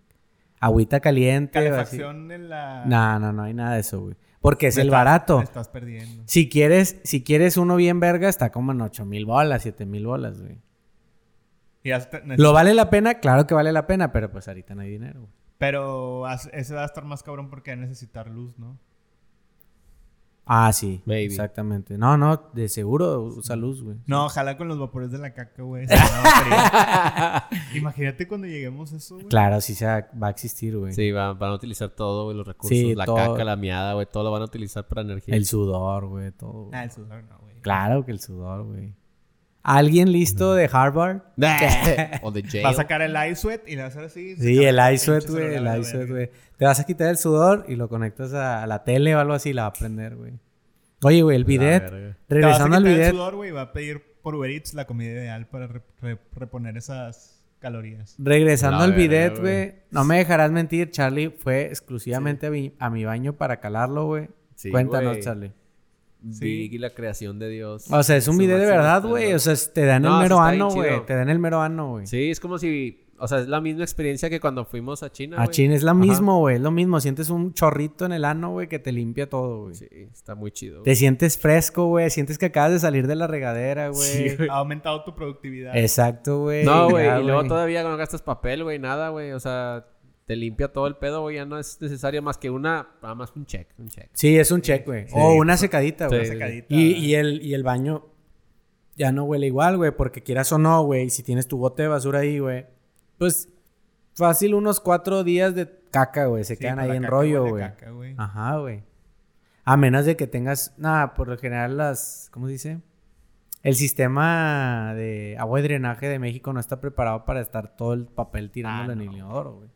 [SPEAKER 1] agüita caliente. o así.
[SPEAKER 3] Calefacción en la...
[SPEAKER 1] No, no, no hay nada de eso, güey. Porque es
[SPEAKER 3] Me
[SPEAKER 1] el
[SPEAKER 3] estás-
[SPEAKER 1] barato.
[SPEAKER 3] me estás perdiendo.
[SPEAKER 1] Si quieres, si quieres uno bien verga, está como en 8 mil bolas, 7 mil bolas, güey.
[SPEAKER 3] Y hasta-
[SPEAKER 1] ¿Lo vale la pena? Claro que vale la pena, pero pues ahorita no hay dinero, güey.
[SPEAKER 3] Pero as- ese va a estar más cabrón porque va a necesitar luz, ¿no?
[SPEAKER 1] Ah, sí.
[SPEAKER 2] Maybe.
[SPEAKER 1] Exactamente. No, no, de seguro usa luz, güey.
[SPEAKER 3] No, ojalá con los vapores de la caca, güey. se me va a morir. Imagínate cuando lleguemos a eso, güey.
[SPEAKER 1] Claro, sí se va va a existir, güey.
[SPEAKER 2] Sí, van, van a utilizar todo, güey, los recursos.
[SPEAKER 1] Sí,
[SPEAKER 2] la
[SPEAKER 1] todo.
[SPEAKER 2] caca, la miada, güey, todo lo van a utilizar para energía.
[SPEAKER 1] El sudor, güey, todo. güey.
[SPEAKER 3] Ah, el sudor no, güey.
[SPEAKER 1] Claro que el sudor, güey. ¿Alguien listo de Harvard?
[SPEAKER 2] o de jail.
[SPEAKER 3] Va a sacar el ice sweat y le va a hacer así.
[SPEAKER 1] Sí,
[SPEAKER 3] sacar
[SPEAKER 1] el
[SPEAKER 3] pinche
[SPEAKER 1] iSweat, güey,
[SPEAKER 3] celular a
[SPEAKER 1] el
[SPEAKER 3] la
[SPEAKER 1] iSweat,
[SPEAKER 3] verga.
[SPEAKER 1] güey. Te vas a quitar el sudor y lo conectas a, a la tele o algo así y la va a prender, güey. Oye, güey, el
[SPEAKER 2] La
[SPEAKER 1] bidet.
[SPEAKER 2] verga.
[SPEAKER 3] Te vas a
[SPEAKER 1] Regresando al
[SPEAKER 3] quitar el
[SPEAKER 1] bidet.
[SPEAKER 3] sudor, güey, va a pedir por Uber Eats la comida ideal para re- re- reponer esas calorías.
[SPEAKER 1] Regresando
[SPEAKER 2] La
[SPEAKER 1] al
[SPEAKER 2] verga,
[SPEAKER 1] bidet,
[SPEAKER 2] güey.
[SPEAKER 1] güey. No me dejarás mentir, Charlie fue exclusivamente a, mi, a mi baño para calarlo, güey.
[SPEAKER 2] Sí,
[SPEAKER 1] Cuéntanos,
[SPEAKER 2] güey.
[SPEAKER 1] Charlie.
[SPEAKER 2] Vi la creación de Dios.
[SPEAKER 1] O sea, es un
[SPEAKER 2] Su
[SPEAKER 1] bidet de
[SPEAKER 2] máximo
[SPEAKER 1] verdad,
[SPEAKER 2] esplendor.
[SPEAKER 1] güey. O sea, es- te dan
[SPEAKER 2] No,
[SPEAKER 1] el
[SPEAKER 2] sí
[SPEAKER 1] mero
[SPEAKER 2] está bien
[SPEAKER 1] ano,
[SPEAKER 2] chido.
[SPEAKER 1] güey. Te dan el mero ano, güey.
[SPEAKER 2] Sí, es como si... O sea, es la misma experiencia que cuando fuimos a China,
[SPEAKER 1] A
[SPEAKER 2] güey.
[SPEAKER 1] Chin es lo
[SPEAKER 2] Ajá.
[SPEAKER 1] mismo, güey. Es lo mismo. Sientes un chorrito en el ano, güey, que te limpia todo, güey.
[SPEAKER 2] Sí, está muy chido. güey.
[SPEAKER 1] Te sientes fresco, güey. Sientes que acabas de salir de la regadera, güey.
[SPEAKER 2] Sí, güey.
[SPEAKER 3] Ha aumentado tu productividad.
[SPEAKER 1] Exacto, güey.
[SPEAKER 2] No, güey,
[SPEAKER 1] Ya,
[SPEAKER 2] y luego todavía no gastas papel, güey, nada, güey. O sea, te limpia todo el pedo, güey. Ya no es necesario más que una... Nada más un check, un check.
[SPEAKER 1] Sí, es un check, güey. O una secadita,
[SPEAKER 2] Sí.
[SPEAKER 1] güey.
[SPEAKER 3] Secadita.
[SPEAKER 1] Y, y el, y el baño ya no huele igual, güey, porque quieras o no, güey, si tienes tu bote de basura ahí, güey, pues fácil unos cuatro días de caca, güey, se
[SPEAKER 3] Sí,
[SPEAKER 1] quedan
[SPEAKER 3] pues,
[SPEAKER 1] ahí
[SPEAKER 3] la
[SPEAKER 1] en
[SPEAKER 3] caca
[SPEAKER 1] rollo,
[SPEAKER 3] huele
[SPEAKER 1] güey. Ah.
[SPEAKER 3] caca, güey.
[SPEAKER 1] Ajá, güey. A menos de que tengas, nada, por lo general las, ¿cómo se dice? El sistema de agua y drenaje de México no está preparado para estar todo el papel tirándolo
[SPEAKER 3] Ah,
[SPEAKER 1] en
[SPEAKER 3] no,
[SPEAKER 1] el inodoro, güey.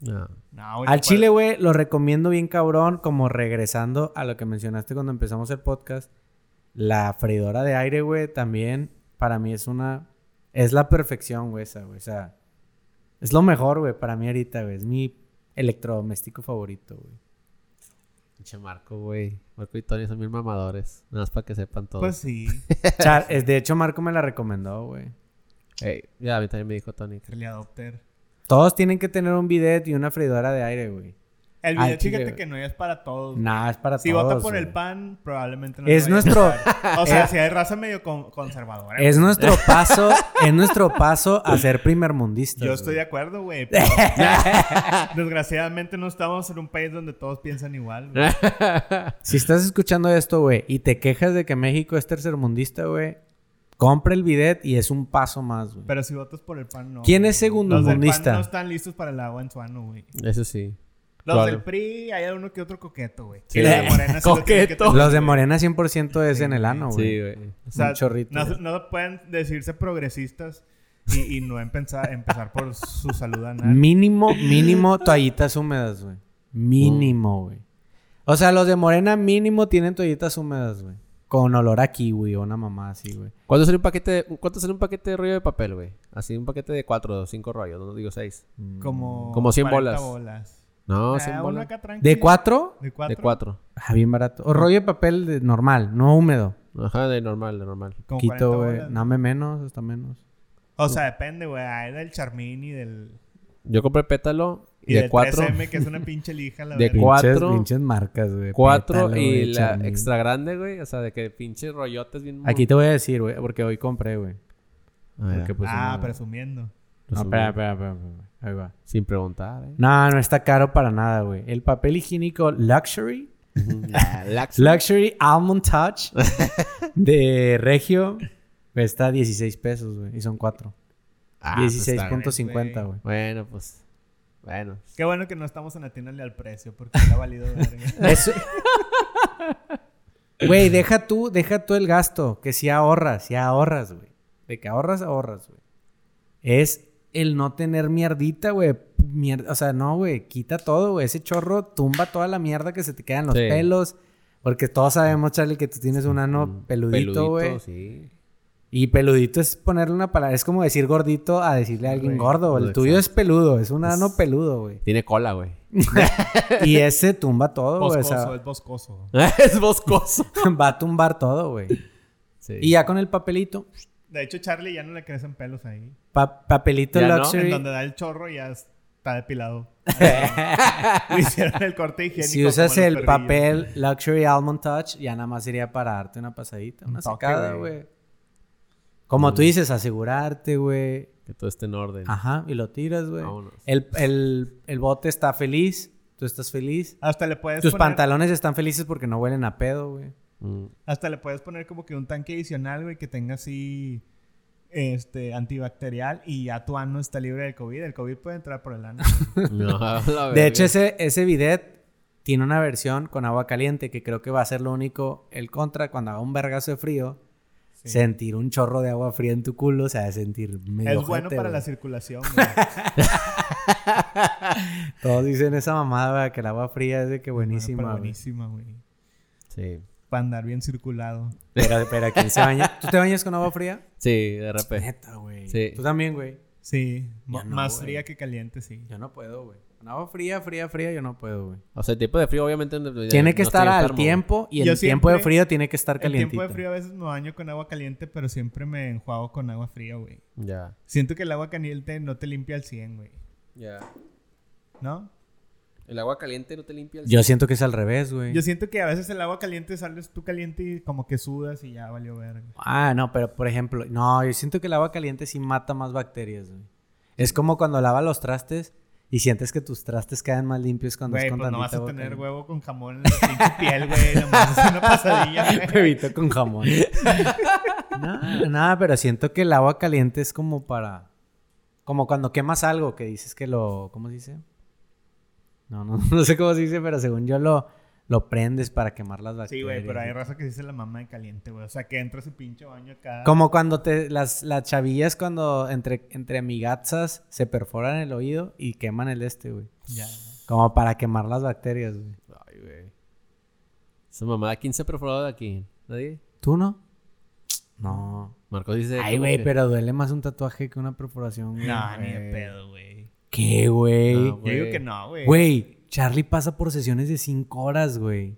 [SPEAKER 2] No.
[SPEAKER 3] No, güey,
[SPEAKER 1] Al
[SPEAKER 3] no
[SPEAKER 1] chile, güey, lo recomiendo bien cabrón, como regresando a lo que mencionaste cuando empezamos el podcast. La freidora de aire, güey, también para mí es una... Es la perfección, güey, esa, güey. O sea, es lo mejor, güey, para mí ahorita, güey. Es mi electrodoméstico favorito, güey.
[SPEAKER 2] Pinche Marco, güey. Marco y Tony son mil mamadores. Nada más para que sepan todo.
[SPEAKER 3] puedes- Pues sí,
[SPEAKER 1] Char- es- de hecho, Marco me la recomendó, güey.
[SPEAKER 2] Ey, ya, a mí también me dijo Tony. que-
[SPEAKER 3] early adopter.
[SPEAKER 1] Todos tienen que tener un bidet y una freidora de aire, güey.
[SPEAKER 3] El
[SPEAKER 1] Al
[SPEAKER 3] video,
[SPEAKER 1] chile,
[SPEAKER 3] fíjate
[SPEAKER 1] güey.
[SPEAKER 3] que no es para todos.
[SPEAKER 1] Nah, es para
[SPEAKER 3] si
[SPEAKER 1] todos.
[SPEAKER 3] vota por
[SPEAKER 1] güey.
[SPEAKER 3] el pan, probablemente no.
[SPEAKER 1] Es
[SPEAKER 3] lo vaya a
[SPEAKER 1] nuestro-
[SPEAKER 3] votar. O sea,
[SPEAKER 1] es-
[SPEAKER 3] si hay raza medio con- conservadora.
[SPEAKER 1] Es nuestro paso, es nuestro paso a ser primermundista.
[SPEAKER 3] Yo estoy de acuerdo, güey. pero- Desgraciadamente no estamos en un país donde todos piensan igual. güey.
[SPEAKER 1] Si estás escuchando esto, güey, y te quejas de que México es tercermundista, güey, compra el bidet y es un paso más, güey.
[SPEAKER 3] Pero si votas por el pan, no.
[SPEAKER 1] ¿Quién
[SPEAKER 3] güey.
[SPEAKER 1] es
[SPEAKER 3] Los del pan no
[SPEAKER 1] segundomundista?
[SPEAKER 3] están listos para el agua en su ano, güey.
[SPEAKER 2] Eso sí.
[SPEAKER 3] Los
[SPEAKER 2] Claro.
[SPEAKER 3] del PRI, hay uno que otro coqueto, güey.
[SPEAKER 2] Sí.
[SPEAKER 3] Los de Morena sí lo tienen que
[SPEAKER 2] Coqueto.
[SPEAKER 3] tener,
[SPEAKER 1] Los de
[SPEAKER 3] güey.
[SPEAKER 1] Morena 100% es
[SPEAKER 3] Sí,
[SPEAKER 1] en el
[SPEAKER 3] güey.
[SPEAKER 1] ano,
[SPEAKER 2] Sí,
[SPEAKER 1] güey.
[SPEAKER 2] güey.
[SPEAKER 3] O sea,
[SPEAKER 1] Un chorrito.
[SPEAKER 3] No, no pueden decirse progresistas y, y no empezar, empezar por su salud anal.
[SPEAKER 1] Mínimo, mínimo toallitas húmedas, güey. Mínimo, güey. O sea, los de Morena mínimo tienen toallitas húmedas, güey. Con olor a kiwi o una mamá así, güey.
[SPEAKER 2] ¿Cuánto sale un paquete de, cuánto sale un paquete de rollo de papel, güey? Así un paquete de cuatro o cinco rollos, no digo seis.
[SPEAKER 3] Como,
[SPEAKER 2] Como cien
[SPEAKER 3] 40
[SPEAKER 2] bolas. No,
[SPEAKER 3] Ah,
[SPEAKER 2] cien
[SPEAKER 3] uno
[SPEAKER 2] bolas.
[SPEAKER 3] acá tranqui.
[SPEAKER 1] ¿De cuatro?
[SPEAKER 3] ¿De cuatro?
[SPEAKER 2] De cuatro.
[SPEAKER 1] Ah, bien barato. O rollo de papel de- normal, no húmedo.
[SPEAKER 2] Ajá, de normal, de normal.
[SPEAKER 3] Como
[SPEAKER 1] Quito,
[SPEAKER 3] 40
[SPEAKER 1] güey.
[SPEAKER 3] bolas.
[SPEAKER 1] Dame menos, hasta menos.
[SPEAKER 3] O sea, depende, güey. Hay del Charmín y del...
[SPEAKER 2] Yo compré pétalo
[SPEAKER 3] Y
[SPEAKER 2] y de
[SPEAKER 3] del
[SPEAKER 2] cuatro.
[SPEAKER 3] 3M, que es una pinche lija. La
[SPEAKER 2] De
[SPEAKER 3] verga.
[SPEAKER 2] cuatro.
[SPEAKER 1] Pinches, pinches marcas, güey.
[SPEAKER 2] Cuatro
[SPEAKER 1] Pétalo,
[SPEAKER 2] y
[SPEAKER 1] güey,
[SPEAKER 2] la
[SPEAKER 1] Charmin.
[SPEAKER 2] extra grande, güey. O sea, de que pinche rollotes bien. mon-
[SPEAKER 1] Aquí te voy a decir, güey, porque hoy compré, güey.
[SPEAKER 2] Ah, ya.
[SPEAKER 1] Porque, pues,
[SPEAKER 3] ah,
[SPEAKER 1] no-
[SPEAKER 3] presumiendo.
[SPEAKER 1] No, espera, espera, espera, espera, espera. Ahí va.
[SPEAKER 2] Sin preguntar, eh.
[SPEAKER 1] No, no está caro para nada, güey. El papel higiénico Luxury,
[SPEAKER 2] Ah, lax-
[SPEAKER 1] Luxury Almond Touch de Regio, está 16 pesos, güey. Y son cuatro.
[SPEAKER 2] Ah, pues, está bien.
[SPEAKER 1] 16.50, güey.
[SPEAKER 2] Bueno, pues. Bueno.
[SPEAKER 3] Qué bueno que no estamos en atiéndale al precio, porque está valido verga.
[SPEAKER 1] Eso- Güey, deja tú, deja tú el gasto, que si ahorras, si ahorras, güey. De que ahorras, ahorras, güey. Es el no tener mierdita, güey. Mier- O sea, no, güey, quita todo, güey. Ese chorro tumba toda la mierda que se te quedan los
[SPEAKER 2] Sí.
[SPEAKER 1] pelos. Porque todos sabemos, Charlie, que tú tienes un ano
[SPEAKER 2] Mm,
[SPEAKER 1] peludito, güey.
[SPEAKER 2] sí.
[SPEAKER 1] Y peludito es ponerle una palabra. Es como decir gordito a decirle a alguien
[SPEAKER 3] Güey,
[SPEAKER 1] gordo. El
[SPEAKER 2] exacto.
[SPEAKER 1] tuyo es peludo, es un ano peludo, güey.
[SPEAKER 2] Tiene cola, güey.
[SPEAKER 1] Y ese tumba todo, güey. O
[SPEAKER 3] boscoso,
[SPEAKER 1] sea,
[SPEAKER 3] es boscoso.
[SPEAKER 2] es boscoso.
[SPEAKER 1] va a tumbar todo, güey.
[SPEAKER 2] Sí.
[SPEAKER 1] Y ya con el papelito,
[SPEAKER 3] De hecho, Charlie ya no le crecen pelos ahí.
[SPEAKER 1] pa- papelito
[SPEAKER 2] Ya no,
[SPEAKER 3] En
[SPEAKER 1] luxury.
[SPEAKER 3] donde da el chorro ya está depilado. Le hicieron el corte higiénico.
[SPEAKER 1] si usas
[SPEAKER 3] como los
[SPEAKER 1] el
[SPEAKER 3] perrillos.
[SPEAKER 1] papel luxury almond touch, ya nada más sería para darte una pasadita, una
[SPEAKER 3] Un toque,
[SPEAKER 1] sacada,
[SPEAKER 3] güey.
[SPEAKER 1] güey. Como
[SPEAKER 2] Mm.
[SPEAKER 1] tú dices, asegurarte, güey.
[SPEAKER 2] Que todo esté en orden.
[SPEAKER 1] Ajá, y lo tiras, güey.
[SPEAKER 2] Vámonos.
[SPEAKER 1] El, el- el bote está feliz, tú estás feliz.
[SPEAKER 3] Hasta le puedes
[SPEAKER 1] Tus
[SPEAKER 3] poner-
[SPEAKER 1] pantalones están felices porque no huelen a pedo, güey.
[SPEAKER 2] Mm.
[SPEAKER 3] Hasta le puedes poner como que un tanque adicional, güey, que tenga así este antibacterial y ya tu ano está libre del COVID. El COVID puede entrar por el ano.
[SPEAKER 2] No, la
[SPEAKER 1] De
[SPEAKER 2] verga.
[SPEAKER 1] hecho, ese, ese bidet tiene una versión con agua caliente que creo que va a ser lo único el contra cuando haga un vergazo de frío.
[SPEAKER 3] Sí.
[SPEAKER 1] Sentir un chorro de agua fría en tu culo se va a sentir medio
[SPEAKER 3] es bueno
[SPEAKER 1] ojete,
[SPEAKER 3] para la
[SPEAKER 1] güey.
[SPEAKER 3] circulación, güey.
[SPEAKER 1] Todos dicen esa mamada, güey, que el agua fría es de que buenísima,
[SPEAKER 3] Pero
[SPEAKER 1] güey.
[SPEAKER 3] buenísima, güey.
[SPEAKER 2] Sí.
[SPEAKER 3] Para andar bien circulado.
[SPEAKER 1] Pero, pero ¿quién se baña? ¿Tú te bañas con agua fría?
[SPEAKER 2] Sí, de repente.
[SPEAKER 1] Neta, güey.
[SPEAKER 2] Sí.
[SPEAKER 1] Tú también, güey.
[SPEAKER 3] Sí,
[SPEAKER 1] Ya
[SPEAKER 3] m-
[SPEAKER 1] no,
[SPEAKER 3] más
[SPEAKER 1] güey.
[SPEAKER 3] fría que caliente, sí.
[SPEAKER 1] Yo no puedo, güey. Con agua fría, fría, fría, yo no puedo, güey.
[SPEAKER 2] O sea, el tipo de frío, obviamente.
[SPEAKER 1] Tiene que estar al
[SPEAKER 2] tiempo
[SPEAKER 1] tiempo y el
[SPEAKER 3] Yo
[SPEAKER 1] tiempo de
[SPEAKER 3] siempre-
[SPEAKER 1] frío tiene que estar
[SPEAKER 3] El
[SPEAKER 1] calientito.
[SPEAKER 3] tiempo de frío a veces me baño con agua caliente, pero siempre me enjuago con agua fría, güey.
[SPEAKER 2] Ya.
[SPEAKER 3] Siento que el agua caliente no te limpia al 100, güey.
[SPEAKER 2] Ya.
[SPEAKER 3] ¿No?
[SPEAKER 2] El agua caliente no te limpia el
[SPEAKER 1] Yo siento que es al revés, güey.
[SPEAKER 3] Yo siento que a veces el agua caliente sales tú caliente y como que sudas y ya valió verga.
[SPEAKER 1] Ah, no, pero por ejemplo, no, yo siento que el agua caliente sí mata más bacterias, güey. Es como cuando lavas los trastes y sientes que tus trastes quedan más limpios cuando es
[SPEAKER 3] Güey,
[SPEAKER 1] con
[SPEAKER 3] pues no vas
[SPEAKER 1] tantita
[SPEAKER 3] a
[SPEAKER 1] agua
[SPEAKER 3] tener
[SPEAKER 1] caliente.
[SPEAKER 3] huevo con jamón en la pinche piel, güey. Nomás es una pasadilla, güey.
[SPEAKER 1] Huevito con jamón. No, nada, pero siento que el agua caliente es como para. Como cuando quemas algo que dices que lo. ¿Cómo se dice? No, no, no sé cómo se dice, pero según yo lo, lo prendes para quemar las bacterias.
[SPEAKER 3] Sí, güey, pero hay raza que se dice la mamá de caliente, güey. O sea, que entra a su pinche baño acá.
[SPEAKER 1] Como cuando te, las, las chavillas cuando entre, entre amigazas se perforan el oído y queman el este, güey.
[SPEAKER 3] Ya.
[SPEAKER 1] Como para quemar las bacterias, güey.
[SPEAKER 2] Ay, güey. Esa mamada, ¿quién se ha perforado de aquí? ¿Nadie?
[SPEAKER 1] ¿Tú no? No.
[SPEAKER 2] Marcos dice.
[SPEAKER 1] Ay,
[SPEAKER 2] como
[SPEAKER 1] güey,
[SPEAKER 2] que-
[SPEAKER 1] pero duele más un tatuaje que una perforación, güey.
[SPEAKER 3] No, ni de pedo, güey.
[SPEAKER 1] ¿Qué, güey?
[SPEAKER 2] No,
[SPEAKER 3] Yo digo
[SPEAKER 2] Güey.
[SPEAKER 3] que no, güey.
[SPEAKER 1] Güey, Charlie pasa por sesiones de 5 horas, güey.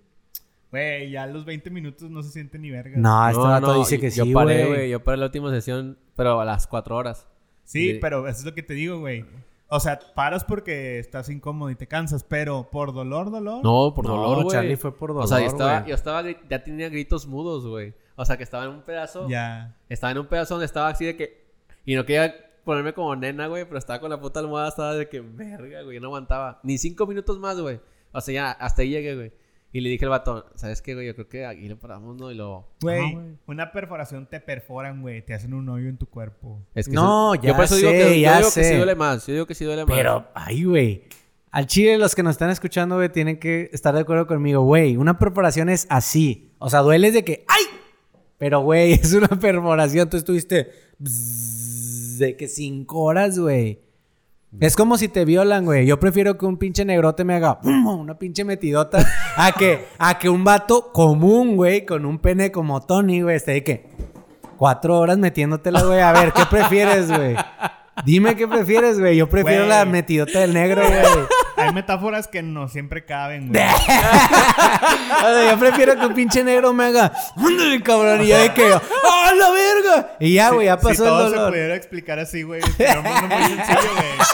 [SPEAKER 3] Güey, ya a los 20 minutos no se siente ni verga.
[SPEAKER 1] No, este
[SPEAKER 2] No,
[SPEAKER 1] vato
[SPEAKER 2] no,
[SPEAKER 1] dice que
[SPEAKER 2] yo
[SPEAKER 1] sí,
[SPEAKER 2] paré,
[SPEAKER 1] güey.
[SPEAKER 2] Yo paré la última sesión, pero a las cuatro horas.
[SPEAKER 3] Sí,
[SPEAKER 2] Sí.
[SPEAKER 3] pero eso es lo que te digo, güey. O sea, paras porque estás incómodo y te cansas, pero por dolor, dolor.
[SPEAKER 2] No, por
[SPEAKER 1] No,
[SPEAKER 2] dolor, güey.
[SPEAKER 1] Charlie fue por dolor,
[SPEAKER 2] O sea, yo estaba,
[SPEAKER 1] güey.
[SPEAKER 2] yo estaba, gri- ya tenía gritos mudos, güey. O sea, que estaba en un pedazo,
[SPEAKER 3] Ya.
[SPEAKER 2] estaba en un pedazo donde estaba así de que, y no quería ponerme como nena, güey, pero estaba con la puta almohada, estaba de que, verga, güey, no aguantaba. Ni cinco minutos más, güey. O sea, ya, hasta ahí llegué, güey. Y le dije al vato, ¿sabes qué, güey? Yo creo que aquí le paramos, ¿no? Y lo...
[SPEAKER 3] Güey, una perforación te perforan, güey. Te hacen un hoyo en tu cuerpo.
[SPEAKER 2] Es
[SPEAKER 1] No,
[SPEAKER 2] eso-
[SPEAKER 1] ya
[SPEAKER 2] digo
[SPEAKER 1] sé,
[SPEAKER 2] que,
[SPEAKER 1] ya
[SPEAKER 2] yo digo que
[SPEAKER 1] sé.
[SPEAKER 2] sí duele más, yo digo que sí duele más.
[SPEAKER 1] Pero, ay, güey. Al chile, los que nos están escuchando, güey, tienen que estar de acuerdo conmigo, güey. Una perforación es así. O sea, duele de que, ¡ay! Pero, güey, es una perforación. Tú estuviste bzzz, de que cinco horas, güey.
[SPEAKER 3] Mm.
[SPEAKER 1] Es como si te violan, güey. Yo prefiero que un pinche negrote me haga ¡pum! una pinche metidota a que, a que un vato común, güey, con un pene como Tony, güey, esté de que cuatro horas metiéndotela, güey. A ver, ¿qué prefieres, güey? Dime qué prefieres, güey. Yo prefiero
[SPEAKER 3] Güey.
[SPEAKER 1] la metidota del negro, güey.
[SPEAKER 3] Hay metáforas que no siempre caben, güey.
[SPEAKER 1] O sea, yo prefiero que un pinche negro me haga, ándale, cabrón, y yo de que, ¡ah, la verga! Y ya, güey, ya
[SPEAKER 3] Si
[SPEAKER 1] pasó
[SPEAKER 3] todo
[SPEAKER 1] el
[SPEAKER 3] se
[SPEAKER 1] dolor.
[SPEAKER 3] pudiera explicar así, güey. sería un mundo muy sencillo, güey.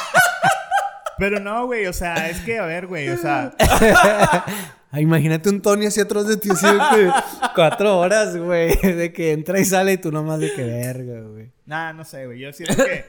[SPEAKER 3] Pero no, güey, o sea, es que, a ver, güey, o sea,
[SPEAKER 1] Ay, Ah, imagínate un Tony así atrás de ti, así de que cuatro horas, güey, de que entra y sale y tú nomás de que verga, güey.
[SPEAKER 3] nada, no sé, güey. Yo siento que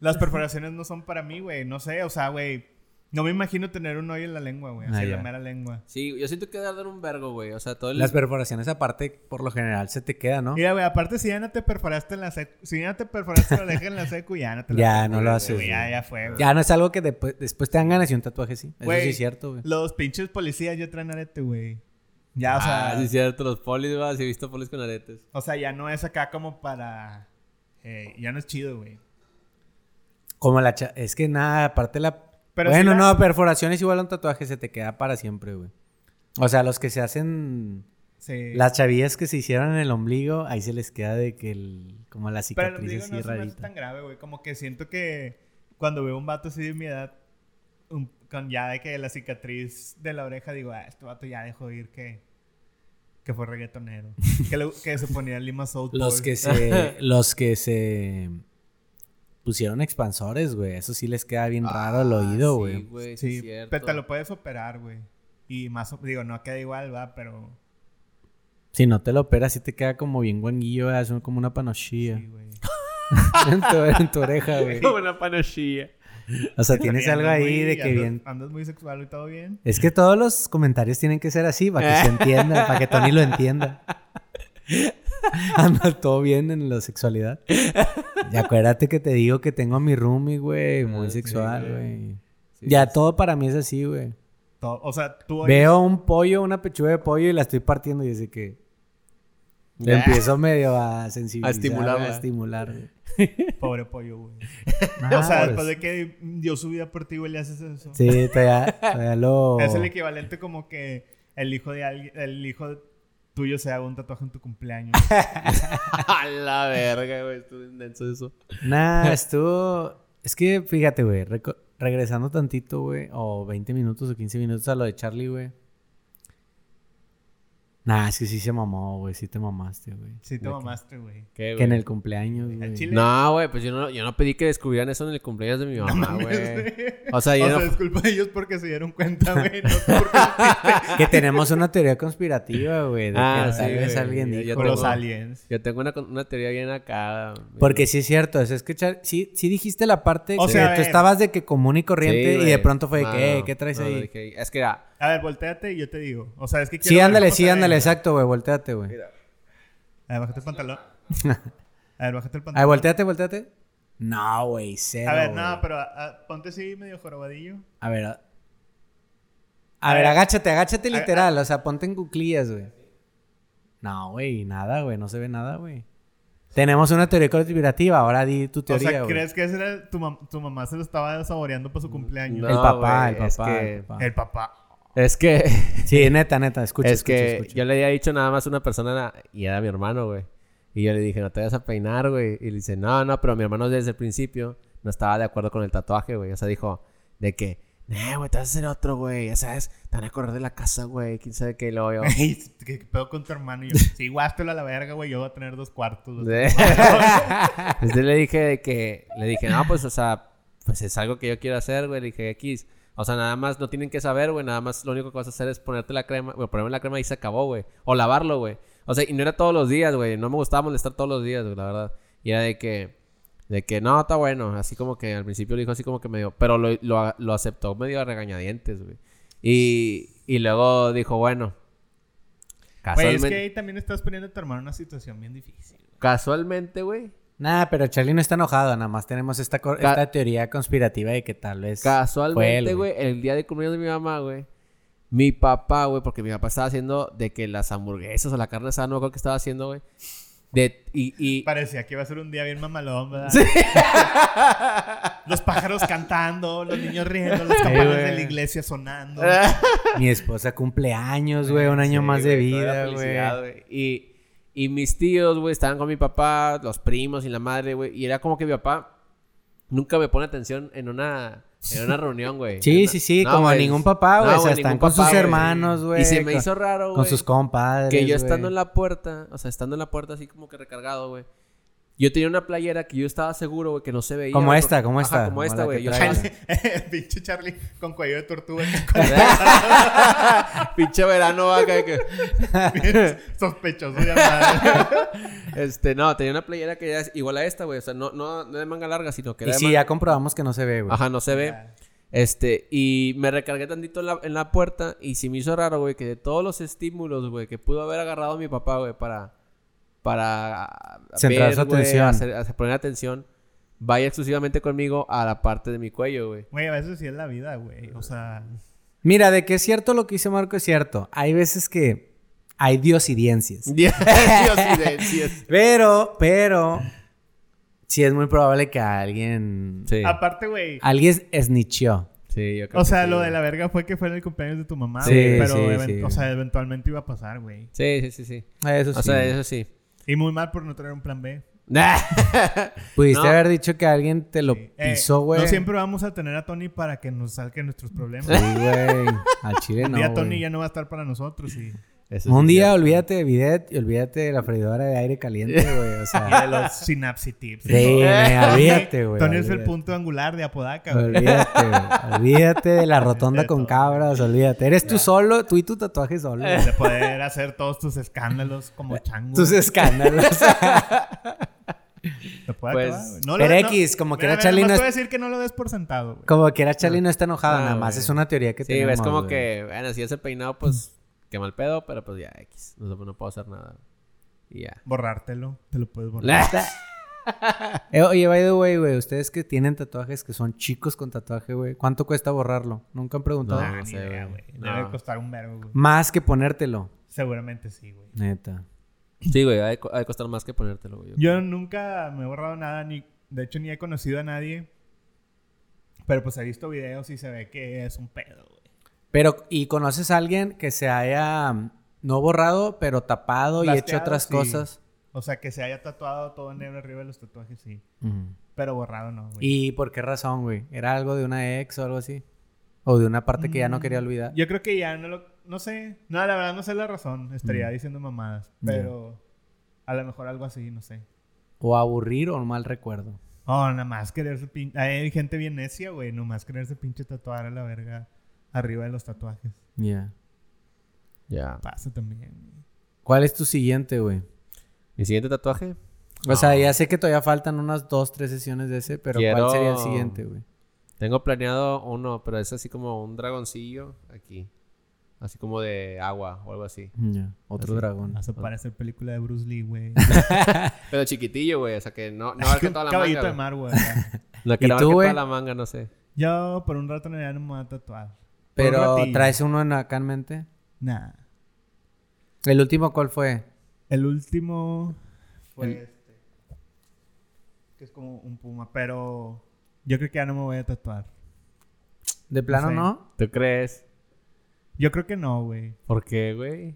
[SPEAKER 3] las perforaciones no son para mí, güey. No sé, o sea, güey, no me imagino tener un hoyo en la lengua, güey. Así
[SPEAKER 1] Ah,
[SPEAKER 3] en la
[SPEAKER 1] ya.
[SPEAKER 3] mera lengua.
[SPEAKER 2] Sí, yo siento que debe dar un vergo, güey. O sea, todo el...
[SPEAKER 1] Las perforaciones aparte, por lo general, se te queda, ¿no?
[SPEAKER 3] Mira, güey, aparte si ya no te perforaste en la secu, si ya no te perforaste la oreja en la secu, ya no te la
[SPEAKER 1] Ya,
[SPEAKER 3] perforas,
[SPEAKER 1] no lo
[SPEAKER 3] güey,
[SPEAKER 1] haces,
[SPEAKER 3] güey, Ya,
[SPEAKER 1] güey.
[SPEAKER 3] ya fue, güey.
[SPEAKER 1] Ya no es algo que depu- después te dan ganas y un tatuaje, sí. Eso
[SPEAKER 3] Güey,
[SPEAKER 1] sí es cierto, güey.
[SPEAKER 3] Los pinches policías ya traen arete, güey. Ya, o sea,
[SPEAKER 2] Ah, sí, es cierto, los polis, va. Sí, he visto polis con aretes.
[SPEAKER 3] o sea, ya no es acá como para... eh, ya no es chido, güey.
[SPEAKER 1] Como la cha- Es que nada, aparte la...
[SPEAKER 3] Pero
[SPEAKER 1] bueno,
[SPEAKER 3] sí la-
[SPEAKER 1] no, perforación es igual a un tatuaje, se te queda para siempre, güey. O sea, los que se hacen...
[SPEAKER 3] Sí.
[SPEAKER 1] Las chavillas que se hicieron en el ombligo, ahí se les queda de que el... Como la
[SPEAKER 3] Pero el
[SPEAKER 1] cicatriz
[SPEAKER 3] ombligo
[SPEAKER 1] así
[SPEAKER 3] no se me hace
[SPEAKER 1] rarita.
[SPEAKER 3] tan grave, güey. Como que siento que cuando veo un vato así de mi edad, un- con ya de que la cicatriz de la oreja, digo, ah, este vato ya dejó de ir que, que fue reggaetonero. que, le- que se ponía Lima Soul
[SPEAKER 1] Los
[SPEAKER 3] Paul.
[SPEAKER 1] que se... los que se... Pusieron expansores, güey. Eso sí les queda bien raro al oído, güey.
[SPEAKER 2] Ah, Sí, güey, sí,
[SPEAKER 3] Sí,
[SPEAKER 2] es cierto.
[SPEAKER 3] pero te lo puedes operar, güey. Y más, o- digo, no queda igual, va, pero...
[SPEAKER 1] Si no te lo operas, sí te queda como bien guanguillo, güey. es un- como una panochilla
[SPEAKER 3] Sí, güey.
[SPEAKER 1] en, tu, en tu oreja, güey.
[SPEAKER 2] Como una panochilla.
[SPEAKER 1] O sea, tienes algo
[SPEAKER 3] Andas
[SPEAKER 1] ahí
[SPEAKER 3] muy-
[SPEAKER 1] de que
[SPEAKER 3] andas-
[SPEAKER 1] bien...
[SPEAKER 3] Andas muy sexual y todo bien.
[SPEAKER 1] Es que todos los comentarios tienen que ser así para que
[SPEAKER 2] Eh.
[SPEAKER 1] se entienda, para que Tony lo entienda. Anda todo bien en la sexualidad. Y acuérdate que te digo que tengo a mi roomie, güey, muy
[SPEAKER 2] Ah, sí,
[SPEAKER 1] sexual,
[SPEAKER 2] güey.
[SPEAKER 1] güey.
[SPEAKER 2] Sí,
[SPEAKER 1] ya
[SPEAKER 2] sí,
[SPEAKER 1] todo para mí es así, güey.
[SPEAKER 3] Todo- o sea, tú... oyes-
[SPEAKER 1] Veo un pollo, una pechuga de pollo y la estoy partiendo y dice que le
[SPEAKER 2] Ah.
[SPEAKER 1] empiezo medio a sensibilizar, a estimular,
[SPEAKER 2] estimularla.
[SPEAKER 1] a estimular. güey.
[SPEAKER 3] Pobre pollo, güey.
[SPEAKER 1] Ah,
[SPEAKER 3] o sea,
[SPEAKER 1] pues,
[SPEAKER 3] después de que dio su vida por ti, güey, le haces eso.
[SPEAKER 1] Sí, todavía, todavía lo...
[SPEAKER 3] Es el equivalente como que el hijo de alguien, el hijo tuyo se haga un tatuaje en tu cumpleaños.
[SPEAKER 2] A la verga, güey. Estuvo intenso eso.
[SPEAKER 1] Nah, estuvo. Es que fíjate, güey. reco- Regresando tantito, güey. O 20 minutos o 15 minutos a lo de Charlie, güey. Nah, es que sí se mamó, güey. Sí te mamaste, güey.
[SPEAKER 3] Sí
[SPEAKER 1] De
[SPEAKER 3] te
[SPEAKER 1] que-
[SPEAKER 3] mamaste, güey.
[SPEAKER 2] ¿Qué,
[SPEAKER 1] Que en
[SPEAKER 2] güey?
[SPEAKER 1] el cumpleaños,
[SPEAKER 3] Al
[SPEAKER 1] güey.
[SPEAKER 3] chile.
[SPEAKER 2] No, güey, pues yo no, yo no pedí que descubrieran eso en el cumpleaños de mi mamá,
[SPEAKER 3] mames,
[SPEAKER 2] Ah, güey.
[SPEAKER 3] güey.
[SPEAKER 2] O sea,
[SPEAKER 3] O
[SPEAKER 2] yo
[SPEAKER 3] sea,
[SPEAKER 2] no...
[SPEAKER 3] disculpa a ellos porque se dieron cuenta, güey. No sé por qué
[SPEAKER 1] Que tenemos una teoría conspirativa, güey. De
[SPEAKER 2] Ah,
[SPEAKER 1] que
[SPEAKER 2] sí,
[SPEAKER 1] tal vez
[SPEAKER 2] güey.
[SPEAKER 1] alguien
[SPEAKER 2] Yo- yo
[SPEAKER 1] dijo.
[SPEAKER 3] Por los aliens.
[SPEAKER 2] Yo tengo una, una teoría bien acá. güey.
[SPEAKER 1] Porque sí es cierto, o sea, es que Char- sí, sí dijiste la parte
[SPEAKER 3] O
[SPEAKER 1] que
[SPEAKER 3] sea, eh, a
[SPEAKER 1] tú
[SPEAKER 3] ver.
[SPEAKER 1] estabas de que común y
[SPEAKER 2] Sí,
[SPEAKER 1] corriente y de
[SPEAKER 2] güey.
[SPEAKER 1] pronto fue de
[SPEAKER 2] No,
[SPEAKER 1] que, "Eh,
[SPEAKER 2] no,
[SPEAKER 1] ¿qué traes
[SPEAKER 2] no,
[SPEAKER 1] ahí?
[SPEAKER 2] dije, es que era...
[SPEAKER 3] A ver, volteate y yo te digo. O sea, es que quiero
[SPEAKER 1] Sí,
[SPEAKER 3] ver
[SPEAKER 1] ándale,
[SPEAKER 3] cómo
[SPEAKER 1] sí,
[SPEAKER 3] se ve.
[SPEAKER 1] ándale, exacto, güey, volteate, güey.
[SPEAKER 3] A ver, bájate el pantalón. A ver, bájate el
[SPEAKER 1] A ver,
[SPEAKER 3] pantalón.
[SPEAKER 1] volteate, volteate. Ah, No, güey, cero.
[SPEAKER 3] A ver,
[SPEAKER 1] güey.
[SPEAKER 3] no, pero ah, ah, ponte así medio jorobadillo.
[SPEAKER 1] A ver. A, a ver, agáchate, agáchate
[SPEAKER 3] A ver,
[SPEAKER 1] literal. O sea, ponte en cuclillas, güey. No, güey, nada, güey. No se ve nada, güey. Tenemos una teoría conspirativa. Ahora di tu
[SPEAKER 3] o sea,
[SPEAKER 1] teoría, güey.
[SPEAKER 3] ¿crees que ese era tu, mam- tu mamá se lo estaba saboreando para su cumpleaños?
[SPEAKER 1] el
[SPEAKER 2] No,
[SPEAKER 1] papá,
[SPEAKER 2] güey,
[SPEAKER 1] el
[SPEAKER 2] es
[SPEAKER 1] papá,
[SPEAKER 2] que-
[SPEAKER 1] el papá.
[SPEAKER 3] El papá.
[SPEAKER 2] Es que.
[SPEAKER 1] Sí, neta, neta. Escucha,
[SPEAKER 2] es
[SPEAKER 1] escucha,
[SPEAKER 2] que
[SPEAKER 1] escucha.
[SPEAKER 2] yo le había dicho nada más a una persona y era mi hermano, güey. Y yo le dije, no te vas a peinar, güey. Y le dice, no, no, pero mi hermano desde el principio no estaba de acuerdo con el tatuaje, güey. O sea, dijo, de que, no, güey, te vas a hacer otro, güey. Ya sabes, te van a correr de la casa, güey. Quién sabe qué, y luego yo.
[SPEAKER 3] Ey, ¿Qué qué pedo con tu hermano? Y yo, sí, guástelo a la verga, güey. Yo voy a tener dos cuartos. güey.
[SPEAKER 2] De- Entonces Pues le dije de que, le dije, no, pues, o sea, pues es algo que yo quiero hacer, güey. Le dije, X, o sea, nada más no tienen que saber, güey. Nada más lo único que vas a hacer es ponerte la crema, bueno, ponerme la crema y se acabó, güey. O lavarlo, güey. O sea, y no era todos los días, güey. No me gustaba molestar todos los días, güey, la verdad. Y era de que, de que, no, está bueno. Así como que al principio lo dijo así como que medio, pero lo, lo, lo aceptó medio a regañadientes, güey. Y, y luego dijo, bueno.
[SPEAKER 1] Ah,
[SPEAKER 3] Güey, es
[SPEAKER 2] Casualmente,
[SPEAKER 3] que ahí también estás poniendo a tu hermano en una situación bien difícil.
[SPEAKER 2] casualmente, güey.
[SPEAKER 1] Nah, pero Charlie no está enojado. Nada más tenemos esta, cor-
[SPEAKER 2] Ca-
[SPEAKER 1] esta teoría conspirativa de que tal vez. fue
[SPEAKER 2] Casualmente,
[SPEAKER 1] él,
[SPEAKER 2] güey, el día de cumpleaños de mi mamá, güey, mi papá, güey, porque mi papá estaba haciendo de que las hamburguesas o la carne asada, no me acuerdo qué estaba haciendo, güey. De, y, y,
[SPEAKER 3] Parecía que iba a ser un día bien mamalón, ¿verdad? los pájaros cantando, los niños riendo, las campanas
[SPEAKER 1] güey. Ah.
[SPEAKER 3] de la iglesia sonando.
[SPEAKER 1] Mi esposa cumple años, güey. Un año
[SPEAKER 2] Sí,
[SPEAKER 1] más de
[SPEAKER 2] güey, toda la
[SPEAKER 1] vida,
[SPEAKER 2] felicidad,
[SPEAKER 1] güey.
[SPEAKER 2] güey. Y, y mis tíos, güey, estaban con mi papá, los primos y la madre, güey. Y era como que mi papá nunca me pone atención en una, en una reunión, güey. En
[SPEAKER 1] Sí,
[SPEAKER 2] una-
[SPEAKER 1] sí, sí.
[SPEAKER 2] No,
[SPEAKER 1] como
[SPEAKER 2] güey,
[SPEAKER 1] ningún papá, güey.
[SPEAKER 2] no,
[SPEAKER 1] o sea,
[SPEAKER 2] güey,
[SPEAKER 1] están
[SPEAKER 2] ningún
[SPEAKER 1] con
[SPEAKER 2] papá,
[SPEAKER 1] sus
[SPEAKER 2] güey.
[SPEAKER 1] hermanos, güey.
[SPEAKER 2] Y se me
[SPEAKER 1] con-
[SPEAKER 2] hizo raro, güey.
[SPEAKER 1] Con sus compadres.
[SPEAKER 2] Que yo
[SPEAKER 1] güey.
[SPEAKER 2] estando en la puerta, o sea, estando en la puerta así como que recargado, güey. Yo tenía una playera que yo estaba seguro, güey, que no se veía.
[SPEAKER 1] Como
[SPEAKER 2] güey,
[SPEAKER 1] esta,
[SPEAKER 2] porque-
[SPEAKER 1] como
[SPEAKER 2] Ajá,
[SPEAKER 1] esta,
[SPEAKER 2] como
[SPEAKER 1] como
[SPEAKER 2] esta,
[SPEAKER 1] la que
[SPEAKER 2] güey. Yo
[SPEAKER 1] traes.
[SPEAKER 2] estaba-
[SPEAKER 3] Pinche Charlie con cuello de tortuga.
[SPEAKER 2] Pinche verano, va, acá de que...
[SPEAKER 3] bien sospechoso de madre.
[SPEAKER 2] Este, no, tenía una playera que era igual a esta, güey. O sea, no, no, no de manga larga, sino que
[SPEAKER 1] Y
[SPEAKER 2] era de
[SPEAKER 1] sí,
[SPEAKER 2] manga-
[SPEAKER 1] ya comprobamos que no se ve, güey.
[SPEAKER 2] Ajá, no se ve. Este, y me recargué tantito en la, en la puerta y sí me hizo raro, güey, que de todos los estímulos, güey, que pudo haber agarrado mi papá, güey, para... Para...
[SPEAKER 1] Centrar su
[SPEAKER 2] güey,
[SPEAKER 1] atención.
[SPEAKER 2] hacer- hacer- poner atención. Vaya exclusivamente conmigo a la parte de mi cuello, güey.
[SPEAKER 3] Güey, a veces sí es la vida, güey. O sea,
[SPEAKER 1] Mira, de que es cierto lo que dice Marco, es cierto. Hay veces que hay diosidencias.
[SPEAKER 2] Dios, Dios, Dios.
[SPEAKER 1] Pero, pero. Sí, es muy probable que alguien.
[SPEAKER 2] Sí.
[SPEAKER 3] aparte, güey.
[SPEAKER 1] Alguien esnichó.
[SPEAKER 2] Sí, yo creo
[SPEAKER 3] O
[SPEAKER 2] que
[SPEAKER 3] sea,
[SPEAKER 2] sí,
[SPEAKER 3] lo
[SPEAKER 2] güey.
[SPEAKER 3] de la verga fue que fue en el cumpleaños de tu mamá,
[SPEAKER 1] Sí,
[SPEAKER 3] güey. Pero,
[SPEAKER 1] sí,
[SPEAKER 3] even-
[SPEAKER 1] sí.
[SPEAKER 3] o sea, eventualmente iba a pasar, güey.
[SPEAKER 2] Sí, sí, sí, sí.
[SPEAKER 1] Eso sí.
[SPEAKER 2] O sea, eso sí.
[SPEAKER 3] Y muy mal por no tener un plan B.
[SPEAKER 1] Pudiste
[SPEAKER 2] no.
[SPEAKER 1] haber dicho que alguien te lo
[SPEAKER 3] Sí. Eh,
[SPEAKER 1] pisó, güey.
[SPEAKER 3] No siempre vamos a tener a Tony para que nos salquen nuestros problemas.
[SPEAKER 1] Sí, güey. Al chile
[SPEAKER 3] Un
[SPEAKER 1] no.
[SPEAKER 3] día Tony
[SPEAKER 1] güey.
[SPEAKER 3] ya no va a estar para nosotros y
[SPEAKER 2] Eso
[SPEAKER 1] Un
[SPEAKER 2] sí,
[SPEAKER 1] día
[SPEAKER 2] sí.
[SPEAKER 1] olvídate de bidet y olvídate de la freidora de aire caliente, güey. O sea.
[SPEAKER 3] de los Synapse Tips.
[SPEAKER 1] Sí, me- olvídate, güey.
[SPEAKER 3] Tony es el
[SPEAKER 1] olvídate.
[SPEAKER 3] punto angular de Apodaca, güey.
[SPEAKER 1] Olvídate, güey. Olvídate de la rotonda
[SPEAKER 3] De
[SPEAKER 1] con
[SPEAKER 3] todo. Eh.
[SPEAKER 1] cabras, olvídate. Eres tú solo, tú y tu tatuaje solo.
[SPEAKER 3] De poder hacer todos tus escándalos como chango.
[SPEAKER 1] Tus escándalos.
[SPEAKER 3] Te puede
[SPEAKER 2] Pues,
[SPEAKER 3] acabar, güey. No
[SPEAKER 1] pero
[SPEAKER 3] lo-
[SPEAKER 1] X, como que
[SPEAKER 3] Mira,
[SPEAKER 1] era
[SPEAKER 3] mira,
[SPEAKER 1] Charlie
[SPEAKER 3] nomás
[SPEAKER 1] no
[SPEAKER 3] te voy
[SPEAKER 1] es-
[SPEAKER 3] a decir que no lo des por sentado, güey.
[SPEAKER 1] Como quiera, Charlie no está enojado,
[SPEAKER 2] Ah,
[SPEAKER 1] nada más.
[SPEAKER 2] güey.
[SPEAKER 1] Es una teoría que
[SPEAKER 2] Sí,
[SPEAKER 1] tenemos.
[SPEAKER 2] es como
[SPEAKER 1] güey.
[SPEAKER 2] que, bueno, si ese peinado, pues, qué mal pedo, pero pues ya, X. No, no puedo hacer nada. Y ya.
[SPEAKER 3] Borrártelo, te lo puedes borrar.
[SPEAKER 2] La-
[SPEAKER 1] Eh, oye, by the way, güey, ustedes que tienen tatuajes, que son chicos con tatuaje, güey, ¿cuánto cuesta borrarlo? Nunca han preguntado.
[SPEAKER 2] No.
[SPEAKER 3] Ah, ni
[SPEAKER 2] sé,
[SPEAKER 3] idea,
[SPEAKER 2] güey.
[SPEAKER 3] güey.
[SPEAKER 2] No.
[SPEAKER 3] Debe costar un verbo, güey.
[SPEAKER 1] Más que ponértelo.
[SPEAKER 3] Seguramente sí, güey.
[SPEAKER 1] Neta.
[SPEAKER 2] Sí, güey, ha de, co- ha de costar más que ponértelo, güey.
[SPEAKER 3] Yo nunca me he borrado nada, ni de hecho ni he conocido a nadie. Pero pues he visto videos y se ve que es un pedo, güey.
[SPEAKER 1] Pero, ¿y conoces a alguien que se haya mm, no borrado, pero tapado y hecho
[SPEAKER 3] Plasteado,
[SPEAKER 1] otras
[SPEAKER 3] sí.
[SPEAKER 1] cosas?
[SPEAKER 3] O sea, que se haya tatuado todo en negro arriba de los tatuajes, sí.
[SPEAKER 1] Ujú.
[SPEAKER 3] Pero borrado no, güey.
[SPEAKER 1] ¿Y por qué razón, güey? ¿Era algo de una ex o algo así? ¿O de una parte que ya no quería olvidar?
[SPEAKER 3] Mm. Yo creo que ya no lo... No sé. No, la verdad no sé la razón.
[SPEAKER 1] Mm.
[SPEAKER 3] Estaría diciendo mamadas. Pero a lo mejor algo así, no sé.
[SPEAKER 1] ¿O aburrir o un mal recuerdo?
[SPEAKER 3] Oh, nada más quererse pinche... Hay gente bien necia, güey. Nomás quererse pinche tatuar a la verga arriba de los tatuajes.
[SPEAKER 1] Ya.
[SPEAKER 2] Ya.
[SPEAKER 3] Pasa también, güey.
[SPEAKER 1] ¿Cuál es tu siguiente, güey?
[SPEAKER 2] Mi siguiente tatuaje.
[SPEAKER 1] O sea, ya sé que todavía faltan unas dos, tres sesiones de ese, pero
[SPEAKER 2] Quiero-
[SPEAKER 1] ¿cuál sería el siguiente, güey?
[SPEAKER 2] Tengo planeado uno, pero es así como un dragoncillo aquí. Así como de agua o algo así.
[SPEAKER 1] Ya, Otro
[SPEAKER 2] Así.
[SPEAKER 1] dragón.
[SPEAKER 3] Vas a parecer película de Bruce Lee, güey.
[SPEAKER 2] Pero chiquitillo, güey. O sea, que no, no
[SPEAKER 3] Es que
[SPEAKER 2] abarca
[SPEAKER 3] un
[SPEAKER 2] toda la
[SPEAKER 3] caballito
[SPEAKER 2] manga.
[SPEAKER 3] de
[SPEAKER 2] güey.
[SPEAKER 3] mar, güey.
[SPEAKER 2] No, que
[SPEAKER 1] ¿Y
[SPEAKER 2] no
[SPEAKER 1] tú,
[SPEAKER 2] abarque toda
[SPEAKER 1] güey?
[SPEAKER 2] la manga, no sé.
[SPEAKER 3] Yo por un rato en realidad no me voy a tatuar. Por un
[SPEAKER 1] Pero
[SPEAKER 3] ratillo.
[SPEAKER 1] traes uno en acá en mente.
[SPEAKER 3] Nah.
[SPEAKER 1] ¿El último cuál fue?
[SPEAKER 3] El último fue
[SPEAKER 1] El-
[SPEAKER 3] este. Que es como un puma, pero yo creo que ya no me voy a tatuar.
[SPEAKER 1] ¿De plano
[SPEAKER 3] sé.
[SPEAKER 1] no?
[SPEAKER 2] ¿Tú crees?
[SPEAKER 3] Yo creo que no, güey.
[SPEAKER 2] ¿Por qué, güey?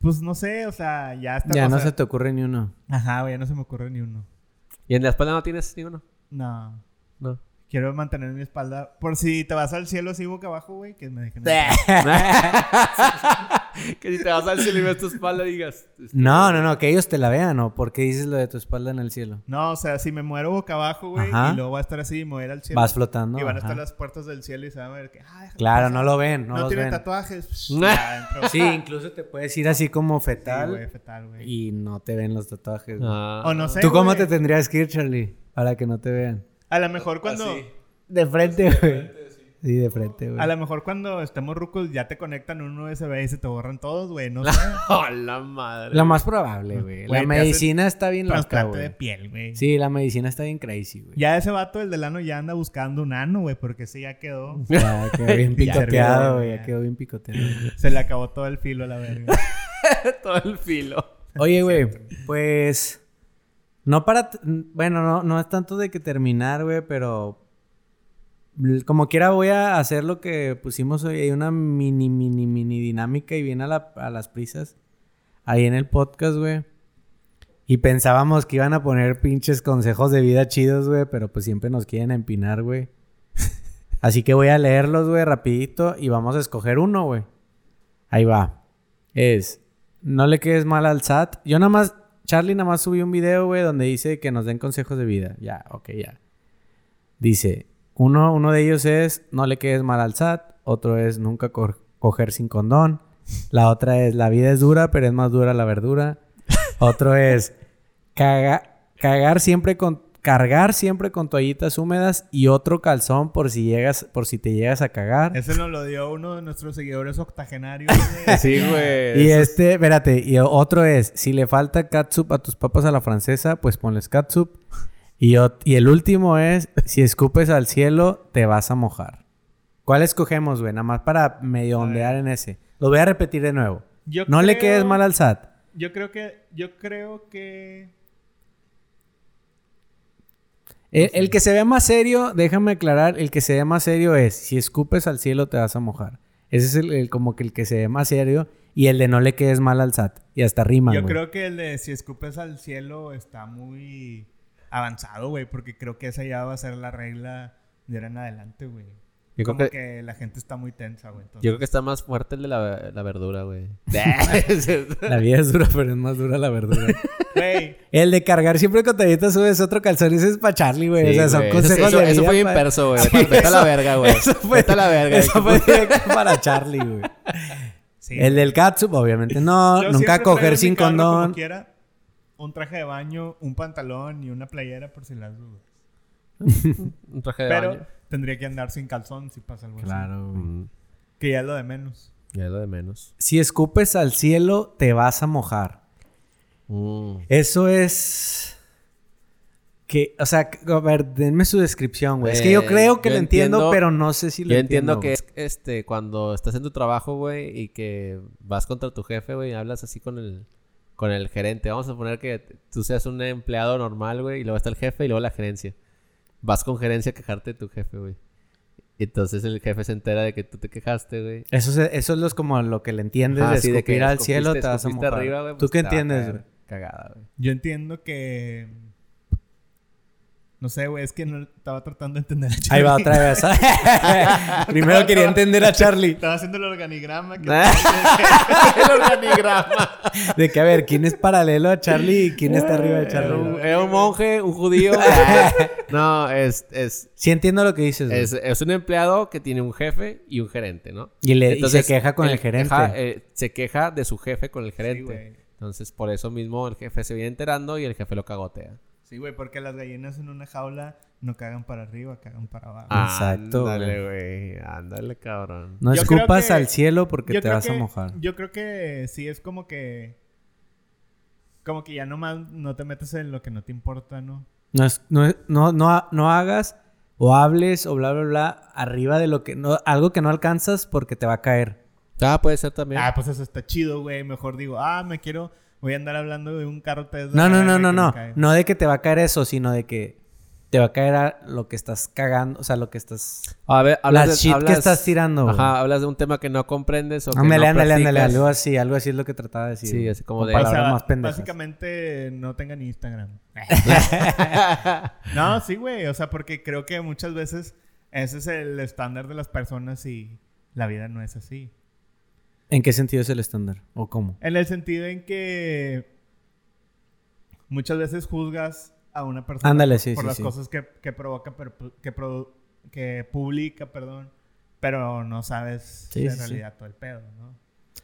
[SPEAKER 3] Pues no sé, o sea, ya está.
[SPEAKER 1] Ya
[SPEAKER 3] o
[SPEAKER 1] no
[SPEAKER 3] sea-
[SPEAKER 1] se te ocurre ni uno.
[SPEAKER 3] Ajá, güey, ya no se me ocurre ni uno.
[SPEAKER 2] ¿Y en la espalda no tienes ninguno?
[SPEAKER 3] No.
[SPEAKER 2] No.
[SPEAKER 3] Quiero mantener mi espalda. Por si te vas al cielo así boca abajo, güey, que me dejen.
[SPEAKER 2] que si te vas al cielo y ves tu espalda digas... este,
[SPEAKER 1] No, no, no, que ellos te la vean, ¿o? ¿Por qué dices lo de tu espalda en el cielo?
[SPEAKER 3] No, o sea, si me muero boca abajo, güey,
[SPEAKER 1] Ajá.
[SPEAKER 3] y luego va a estar así y mover al cielo.
[SPEAKER 1] Vas flotando.
[SPEAKER 3] y van a estar
[SPEAKER 1] ajá.
[SPEAKER 3] las puertas del cielo y se van a ver que. "Ah, déjalo
[SPEAKER 1] Claro,
[SPEAKER 3] pasar".
[SPEAKER 1] no lo ven, no,
[SPEAKER 3] No,
[SPEAKER 1] los
[SPEAKER 3] tiene
[SPEAKER 1] ven.
[SPEAKER 3] tatuajes.
[SPEAKER 2] Nah.
[SPEAKER 3] Ya, entró.
[SPEAKER 1] Sí, incluso te puedes ir así como
[SPEAKER 3] Sí, güey,
[SPEAKER 1] fetal
[SPEAKER 3] fetal, güey.
[SPEAKER 1] y no te ven los tatuajes. güey.
[SPEAKER 2] ah.
[SPEAKER 3] O no sé.
[SPEAKER 1] ¿Tú cómo
[SPEAKER 3] güey.
[SPEAKER 1] te tendrías que ir, Charlie? Para que no te vean.
[SPEAKER 3] A lo mejor cuando.
[SPEAKER 2] Así.
[SPEAKER 1] De frente, güey. Sí, de frente, güey.
[SPEAKER 3] A lo mejor cuando estemos rucos ya te conectan un USB y se te borran todos, güey. No sé.
[SPEAKER 2] ¡Oh, la madre!
[SPEAKER 1] Lo más probable, güey. La
[SPEAKER 3] Güey, te
[SPEAKER 1] medicina está bien loca,
[SPEAKER 3] Transplante de
[SPEAKER 1] güey.
[SPEAKER 3] piel, güey.
[SPEAKER 1] Sí, la medicina está bien crazy, güey.
[SPEAKER 3] Ya ese vato, el del ano, ya anda buscando un ano, güey, porque ese ya quedó.
[SPEAKER 1] Ya quedó bien
[SPEAKER 3] Ya sirvió,
[SPEAKER 1] picoteado,
[SPEAKER 3] güey,
[SPEAKER 1] güey. Ya
[SPEAKER 3] ya.
[SPEAKER 1] quedó bien picoteado.
[SPEAKER 3] Se le acabó todo el filo a la verga.
[SPEAKER 2] Todo el filo.
[SPEAKER 1] Oye, güey, pues. No para. t- Bueno, no, no es tanto de que terminar, güey, pero. l- Como quiera, voy a hacer lo que pusimos hoy. Hay una mini, mini, mini dinámica y viene a, la- a las prisas. Ahí en el podcast, güey. Y pensábamos que iban a poner pinches consejos de vida chidos, güey, pero pues siempre nos quieren empinar, güey. Así que voy a leerlos, güey, rapidito y vamos a escoger uno, güey. Ahí va. Es, no le quedes mal al SAT. Yo nada más, Charlie nada más subí un video, güey, donde dice que nos den consejos de vida. Ya, ok, ya. Dice, uno, uno de ellos es, no le quedes mal al SAT. Otro es, nunca cor- coger sin condón. La otra es, la vida es dura, pero es más dura la verdura. Otro es, caga- cagar siempre con... Cargar siempre con toallitas húmedas y otro calzón por si llegas, por si te llegas a cagar.
[SPEAKER 3] Ese nos lo dio uno de nuestros seguidores octogenarios, güey.
[SPEAKER 2] Sí, güey.
[SPEAKER 1] Y este, espérate, y otro es, si le falta catsup a tus papas a la francesa, pues ponles catsup. Y, ot- y el último es, si escupes al cielo, te vas a mojar. ¿Cuál escogemos, güey? Nada más para medio
[SPEAKER 3] A ver.
[SPEAKER 1] ondear en ese. Lo voy a repetir de nuevo.
[SPEAKER 3] Yo
[SPEAKER 1] no le
[SPEAKER 3] creo-
[SPEAKER 1] quedes mal al SAT.
[SPEAKER 3] Yo creo que. Yo creo que.
[SPEAKER 1] El, el que se ve más serio, déjame aclarar, el que se ve más serio es, si escupes al cielo, te vas a mojar. Ese es el, el- como que el que se ve más serio. Y el de no le quedes mal al SAT. Y hasta rima,
[SPEAKER 3] yo
[SPEAKER 1] güey.
[SPEAKER 3] creo que el de si escupes al cielo está muy avanzado, güey, porque creo que esa ya va a ser la regla de ahora en adelante, güey.
[SPEAKER 2] Yo creo
[SPEAKER 3] Como
[SPEAKER 2] que...
[SPEAKER 3] que... la gente está muy tensa, güey.
[SPEAKER 2] Yo
[SPEAKER 3] entonces.
[SPEAKER 2] creo que está más fuerte el de la, la verdura, güey.
[SPEAKER 1] La vida es dura, pero es más dura la verdura.
[SPEAKER 3] Güey,
[SPEAKER 1] El de cargar siempre con tallitas subes otro calzón ese es para Charlie, güey. o sea, son
[SPEAKER 2] Sí, güey.
[SPEAKER 1] consejos
[SPEAKER 2] eso,
[SPEAKER 1] de
[SPEAKER 2] eso- eso
[SPEAKER 1] vida
[SPEAKER 2] fue bien
[SPEAKER 1] pa-
[SPEAKER 2] perso, güey. Vete a la verga, güey.
[SPEAKER 1] Eso fue-
[SPEAKER 2] Vete a la verga.
[SPEAKER 1] Eso fue directo para Charlie, güey.
[SPEAKER 3] sí.
[SPEAKER 1] El del catsup, obviamente no.
[SPEAKER 3] Yo siempre
[SPEAKER 1] nunca
[SPEAKER 3] traigo en
[SPEAKER 1] coger
[SPEAKER 3] mi
[SPEAKER 1] sin
[SPEAKER 3] carro, como
[SPEAKER 1] condón.
[SPEAKER 3] quiera, un traje de baño, un pantalón y una playera por si las dudas.
[SPEAKER 2] Un traje de
[SPEAKER 3] Pero
[SPEAKER 2] baño.
[SPEAKER 3] tendría que andar sin calzón si pasa algo así.
[SPEAKER 1] Claro, güey.
[SPEAKER 2] Mm,
[SPEAKER 3] Que ya es lo de menos.
[SPEAKER 2] ya es lo de menos.
[SPEAKER 1] Si escupes al cielo, te vas a mojar.
[SPEAKER 2] Mm.
[SPEAKER 1] Eso es. Que, o sea, a ver, denme su descripción, güey. es que yo
[SPEAKER 2] Eh,
[SPEAKER 1] creo que
[SPEAKER 2] yo
[SPEAKER 1] lo entiendo,
[SPEAKER 2] entiendo-
[SPEAKER 1] pero no sé si lo
[SPEAKER 2] Yo entiendo
[SPEAKER 1] güey.
[SPEAKER 2] que es este, cuando estás en tu trabajo, güey, y que vas contra tu jefe, güey, y hablas así con el, con el gerente. Vamos a poner que t- tú seas un empleado normal, güey, y luego está el jefe y luego la gerencia. Vas con gerencia a quejarte de tu jefe, güey. Y entonces el jefe se entera de que tú te quejaste, güey.
[SPEAKER 1] Eso, es, eso es los- como lo que le entiendes
[SPEAKER 2] Ajá,
[SPEAKER 1] Ah, de
[SPEAKER 2] así
[SPEAKER 1] escupir
[SPEAKER 2] que
[SPEAKER 1] al
[SPEAKER 2] escupiste-
[SPEAKER 1] cielo, te vas a
[SPEAKER 2] escupiste
[SPEAKER 1] mojar.
[SPEAKER 2] arriba, güey,
[SPEAKER 1] ¿Tú
[SPEAKER 2] pues
[SPEAKER 1] qué
[SPEAKER 2] te va a
[SPEAKER 1] entiendes,
[SPEAKER 2] caer
[SPEAKER 1] güey?
[SPEAKER 2] Cagada, güey.
[SPEAKER 3] Yo entiendo que. No sé, güey, es que no estaba tratando de entender. a
[SPEAKER 1] Ahí va
[SPEAKER 3] Charlie.
[SPEAKER 1] otra vez. Primero quería entender a Charlie. Ah.
[SPEAKER 3] Estaba haciendo el organigrama. Que...
[SPEAKER 2] el organigrama.
[SPEAKER 1] De que, a ver, ¿quién es paralelo a Charlie y quién está arriba de
[SPEAKER 2] Era un,
[SPEAKER 1] Charlie?
[SPEAKER 2] era un monje, un judío.
[SPEAKER 1] Ah.
[SPEAKER 2] no, es, es,
[SPEAKER 1] Sí entiendo lo que dices. güey.
[SPEAKER 2] es, es un empleado que tiene un jefe y un gerente, ¿no?
[SPEAKER 1] Y, le, y se queja con el, gerente.
[SPEAKER 2] ajá, eh, se queja de su jefe con el gerente.
[SPEAKER 3] güey.
[SPEAKER 2] Entonces, por eso mismo el jefe se viene enterando y el jefe lo cagotea.
[SPEAKER 3] Sí, güey, porque las gallinas en una jaula no cagan para arriba, cagan para abajo.
[SPEAKER 1] Ah, Exacto,
[SPEAKER 2] Ándale, güey. Ándale, cabrón.
[SPEAKER 1] No
[SPEAKER 3] Yo creo
[SPEAKER 1] escupas
[SPEAKER 3] que-
[SPEAKER 1] al cielo porque
[SPEAKER 3] Yo
[SPEAKER 1] te
[SPEAKER 3] creo
[SPEAKER 1] vas a
[SPEAKER 3] que-
[SPEAKER 1] mojar.
[SPEAKER 3] Yo creo que sí es como que. Como que ya nomás no te metes en lo que no te importa, ¿no?
[SPEAKER 1] No, es- no, es- no, no, ha- no hagas o hables o bla, bla, bla arriba de lo que... No, algo que no alcanzas porque te va a caer.
[SPEAKER 2] Ah, puede ser también.
[SPEAKER 3] Ah, pues eso está chido, güey. Mejor digo, ah, me quiero. Voy a andar hablando de un carro Tesla.
[SPEAKER 1] No, no,
[SPEAKER 3] que
[SPEAKER 1] no, no,
[SPEAKER 3] me
[SPEAKER 1] no.
[SPEAKER 3] cae.
[SPEAKER 1] No de que te va a caer eso, sino de que te va a caer a lo que estás cagando, o sea, lo que estás...
[SPEAKER 2] a ver, hablas
[SPEAKER 1] la
[SPEAKER 2] de-
[SPEAKER 1] shit que
[SPEAKER 2] hablas-
[SPEAKER 1] estás tirando, güey.
[SPEAKER 2] Ajá, hablas de un tema que no comprendes o que
[SPEAKER 1] Ándale,
[SPEAKER 2] no
[SPEAKER 1] ándale, ándale.
[SPEAKER 2] platicas.
[SPEAKER 1] Algo así, algo así es lo que trataba de decir.
[SPEAKER 2] Sí,
[SPEAKER 1] güey.
[SPEAKER 2] así como
[SPEAKER 1] Con
[SPEAKER 2] de-
[SPEAKER 3] O sea,
[SPEAKER 1] palabras más pendejas.
[SPEAKER 3] básicamente no tengan Instagram. no, sí, güey. O sea, porque creo que muchas veces ese es el estándar de las personas y la vida no es así.
[SPEAKER 1] ¿En qué sentido es el estándar? ¿O cómo?
[SPEAKER 3] En el sentido en que muchas veces juzgas a una persona
[SPEAKER 1] Ándale, sí,
[SPEAKER 3] por
[SPEAKER 1] sí,
[SPEAKER 3] las
[SPEAKER 1] sí.
[SPEAKER 3] cosas que, que provoca, pero pu- que, produ- que publica, perdón, pero no sabes
[SPEAKER 1] Sí,
[SPEAKER 3] en
[SPEAKER 1] sí, sí.
[SPEAKER 3] realidad todo el pedo, ¿no?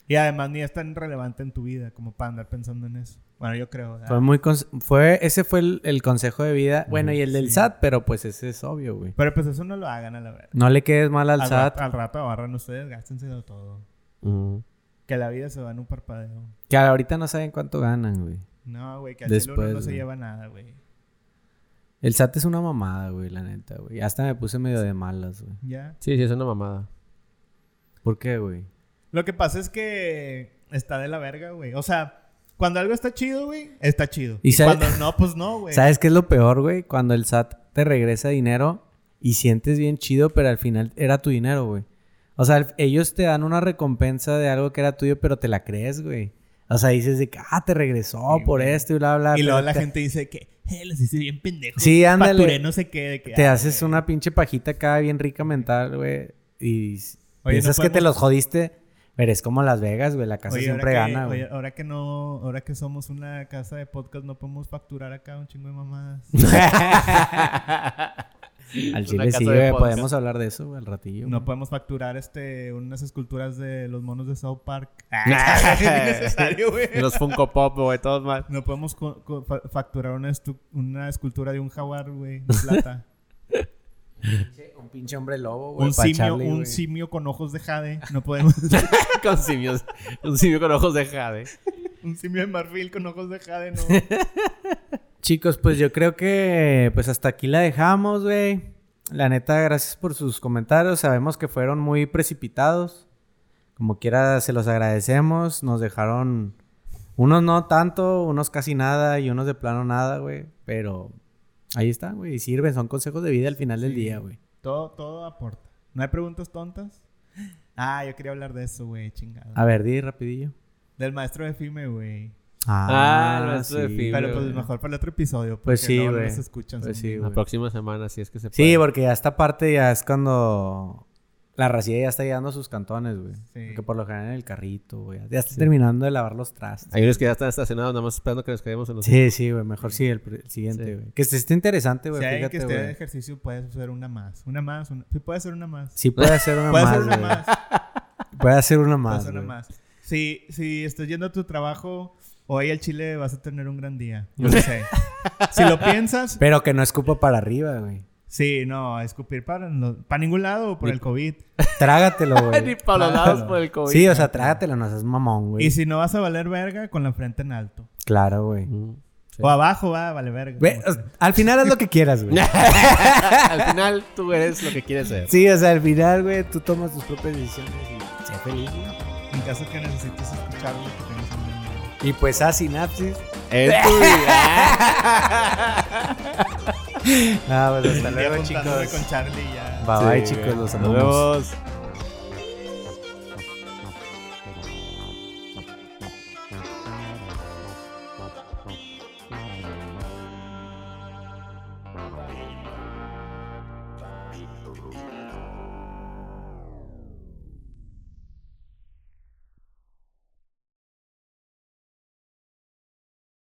[SPEAKER 3] Y además ni es tan relevante en tu vida como para andar pensando en eso. Bueno, yo creo. ¿verdad?
[SPEAKER 1] Fue muy... cons- Fue... Ese fue el, el consejo de vida. Bueno, y el del
[SPEAKER 3] sí.
[SPEAKER 1] SAT, pero pues ese es obvio, güey.
[SPEAKER 3] Pero pues eso no lo hagan a la verdad.
[SPEAKER 1] No le quedes mal al
[SPEAKER 3] Al
[SPEAKER 1] SAT.
[SPEAKER 3] rato, al rato agarran ustedes, gástenselo todo.
[SPEAKER 2] Mm.
[SPEAKER 3] Que la vida se va en un parpadeo.
[SPEAKER 1] Que ahorita no saben cuánto ganan, güey.
[SPEAKER 3] No, güey, que al chile uno
[SPEAKER 1] Después,
[SPEAKER 3] no se
[SPEAKER 1] güey.
[SPEAKER 3] lleva nada, güey.
[SPEAKER 1] El SAT es una mamada, güey, la neta, güey. Hasta me puse medio de malas, güey.
[SPEAKER 3] Ya.
[SPEAKER 2] Sí, sí, es una mamada.
[SPEAKER 1] ¿Por qué, güey?
[SPEAKER 3] Lo que pasa es que está de la verga, güey. O sea, cuando algo está chido, güey, está chido.
[SPEAKER 1] Y
[SPEAKER 3] Y,
[SPEAKER 1] sabe-
[SPEAKER 3] cuando no, pues no, güey.
[SPEAKER 1] ¿Sabes qué es lo peor, güey? Cuando el SAT te regresa dinero y sientes bien chido, pero al final era tu dinero, güey. O sea, el- ellos te dan una recompensa de algo que era tuyo, pero te la crees, güey. O sea, dices de que, ah, te regresó
[SPEAKER 3] Sí,
[SPEAKER 1] por
[SPEAKER 3] güey.
[SPEAKER 1] esto y bla, bla.
[SPEAKER 3] Y luego
[SPEAKER 1] pero
[SPEAKER 3] la
[SPEAKER 1] te-
[SPEAKER 3] gente dice que, eh, los hice bien pendejos.
[SPEAKER 1] Sí, ándale.
[SPEAKER 3] Facturé no sé qué. de que,
[SPEAKER 1] Te
[SPEAKER 3] ah,
[SPEAKER 1] haces
[SPEAKER 3] güey.
[SPEAKER 1] una pinche pajita acá bien rica mental, güey. Y s-
[SPEAKER 3] Oye,
[SPEAKER 1] piensas
[SPEAKER 3] no
[SPEAKER 1] que te
[SPEAKER 3] podemos-
[SPEAKER 1] los jodiste, pero es como Las Vegas, güey. La casa
[SPEAKER 3] Oye,
[SPEAKER 1] siempre
[SPEAKER 3] ahora que-
[SPEAKER 1] gana,
[SPEAKER 3] oye,
[SPEAKER 1] güey.
[SPEAKER 3] ahora que no, ahora que somos una casa de podcast, no podemos facturar acá un chingo de mamadas.
[SPEAKER 1] Al
[SPEAKER 2] Una
[SPEAKER 1] chile sí,
[SPEAKER 2] casa de
[SPEAKER 1] güey.
[SPEAKER 2] podcast.
[SPEAKER 1] Podemos hablar de eso, güey, al ratillo.
[SPEAKER 3] No
[SPEAKER 1] güey.
[SPEAKER 3] podemos facturar este unas esculturas de los monos de South Park. Ah, es innecesario, güey.
[SPEAKER 2] Y los Funko Pop, güey, todos mal.
[SPEAKER 3] No podemos co- co- fa- facturar una, estu- una escultura de un jaguar, güey, de plata.
[SPEAKER 1] Un pinche hombre lobo, güey.
[SPEAKER 3] un
[SPEAKER 1] pa'
[SPEAKER 3] simio,
[SPEAKER 1] echarle,
[SPEAKER 3] un
[SPEAKER 1] güey.
[SPEAKER 3] simio con ojos de jade. No podemos.
[SPEAKER 2] con simios. Un simio con ojos de jade.
[SPEAKER 3] un simio de marfil con ojos de jade, no.
[SPEAKER 1] Chicos, pues yo creo que pues hasta aquí la dejamos, güey. La neta, gracias por sus comentarios. Sabemos que fueron muy precipitados. Como quiera, se los agradecemos. Nos dejaron unos no tanto, unos casi nada y unos de plano nada, güey. Pero ahí están, güey. Y sirven, son consejos de vida al final del
[SPEAKER 3] Sí.
[SPEAKER 1] día, güey.
[SPEAKER 3] todo, todo aporta. ¿No hay preguntas tontas? Ah, yo quería hablar de eso, güey, chingado.
[SPEAKER 1] A ver, di rapidillo.
[SPEAKER 3] Del maestro de FIME, güey.
[SPEAKER 2] Ah, el maestro de Fibra.
[SPEAKER 3] Pero pues
[SPEAKER 2] güey.
[SPEAKER 3] mejor para el otro episodio.
[SPEAKER 1] Pues
[SPEAKER 3] porque
[SPEAKER 1] sí,
[SPEAKER 3] luego no
[SPEAKER 1] güey.
[SPEAKER 3] nos escuchan.
[SPEAKER 1] Pues
[SPEAKER 3] son
[SPEAKER 1] sí,
[SPEAKER 2] La
[SPEAKER 1] güey.
[SPEAKER 2] próxima semana, si es que se puede.
[SPEAKER 1] Sí, porque ya esta parte ya es cuando la racía ya está llegando a sus cantones, güey.
[SPEAKER 3] Sí.
[SPEAKER 1] Porque por lo general en el carrito, güey. Ya está terminando de lavar los trastes.
[SPEAKER 2] Hay unos que ya están estacionados, nada más esperando que nos quedemos en los.
[SPEAKER 1] Sí, sí, güey. Mejor sí, el, pr- el siguiente,
[SPEAKER 2] Sí.
[SPEAKER 1] güey. Que este esté interesante, güey.
[SPEAKER 3] Si hay alguien que
[SPEAKER 1] fíjate,
[SPEAKER 3] esté en
[SPEAKER 1] güey.
[SPEAKER 3] ejercicio, puedes hacer una más. Una más, una... Sí, puedes hacer una más.
[SPEAKER 1] Sí, puede hacer una
[SPEAKER 3] puedes
[SPEAKER 1] más,
[SPEAKER 3] hacer una
[SPEAKER 1] güey.
[SPEAKER 3] más.
[SPEAKER 1] Puede hacer una
[SPEAKER 3] puedes
[SPEAKER 1] más,
[SPEAKER 3] hacer una
[SPEAKER 1] güey.
[SPEAKER 3] más. Si, si estás yendo a tu trabajo, hoy al Chile vas a tener un gran día. Yo lo sé. si lo piensas,
[SPEAKER 1] Pero que no escupa para arriba, güey.
[SPEAKER 3] sí, no, escupir para, no- para ningún lado por el COVID.
[SPEAKER 1] Trágatelo,
[SPEAKER 2] Ni
[SPEAKER 1] güey.
[SPEAKER 2] para los lados por el COVID.
[SPEAKER 1] Sí, o sea, trágatelo, no seas mamón, güey.
[SPEAKER 3] Y si no vas a valer verga, con la frente en alto.
[SPEAKER 1] Claro, güey.
[SPEAKER 2] Mm. Sí.
[SPEAKER 3] O abajo va, vale verga.
[SPEAKER 1] Ve,
[SPEAKER 3] como-
[SPEAKER 1] o- Al final haz lo que quieras, güey.
[SPEAKER 2] Al final, tú eres lo que quieres ser.
[SPEAKER 1] Sí, o sea, al final, güey, tú tomas tus propias decisiones y sé feliz, güey.
[SPEAKER 3] En caso que necesites escucharlo, que tengas un gran día.
[SPEAKER 1] Y pues a sinapsis.
[SPEAKER 2] Es tu vida.
[SPEAKER 1] Ah, pues hasta
[SPEAKER 3] Estoy
[SPEAKER 1] luego,
[SPEAKER 3] apuntándome
[SPEAKER 1] chicos.
[SPEAKER 3] con Charlie ya.
[SPEAKER 1] Bye bye,
[SPEAKER 2] Sí,
[SPEAKER 1] chicos, los
[SPEAKER 2] Nos
[SPEAKER 1] amamos.
[SPEAKER 2] vemos.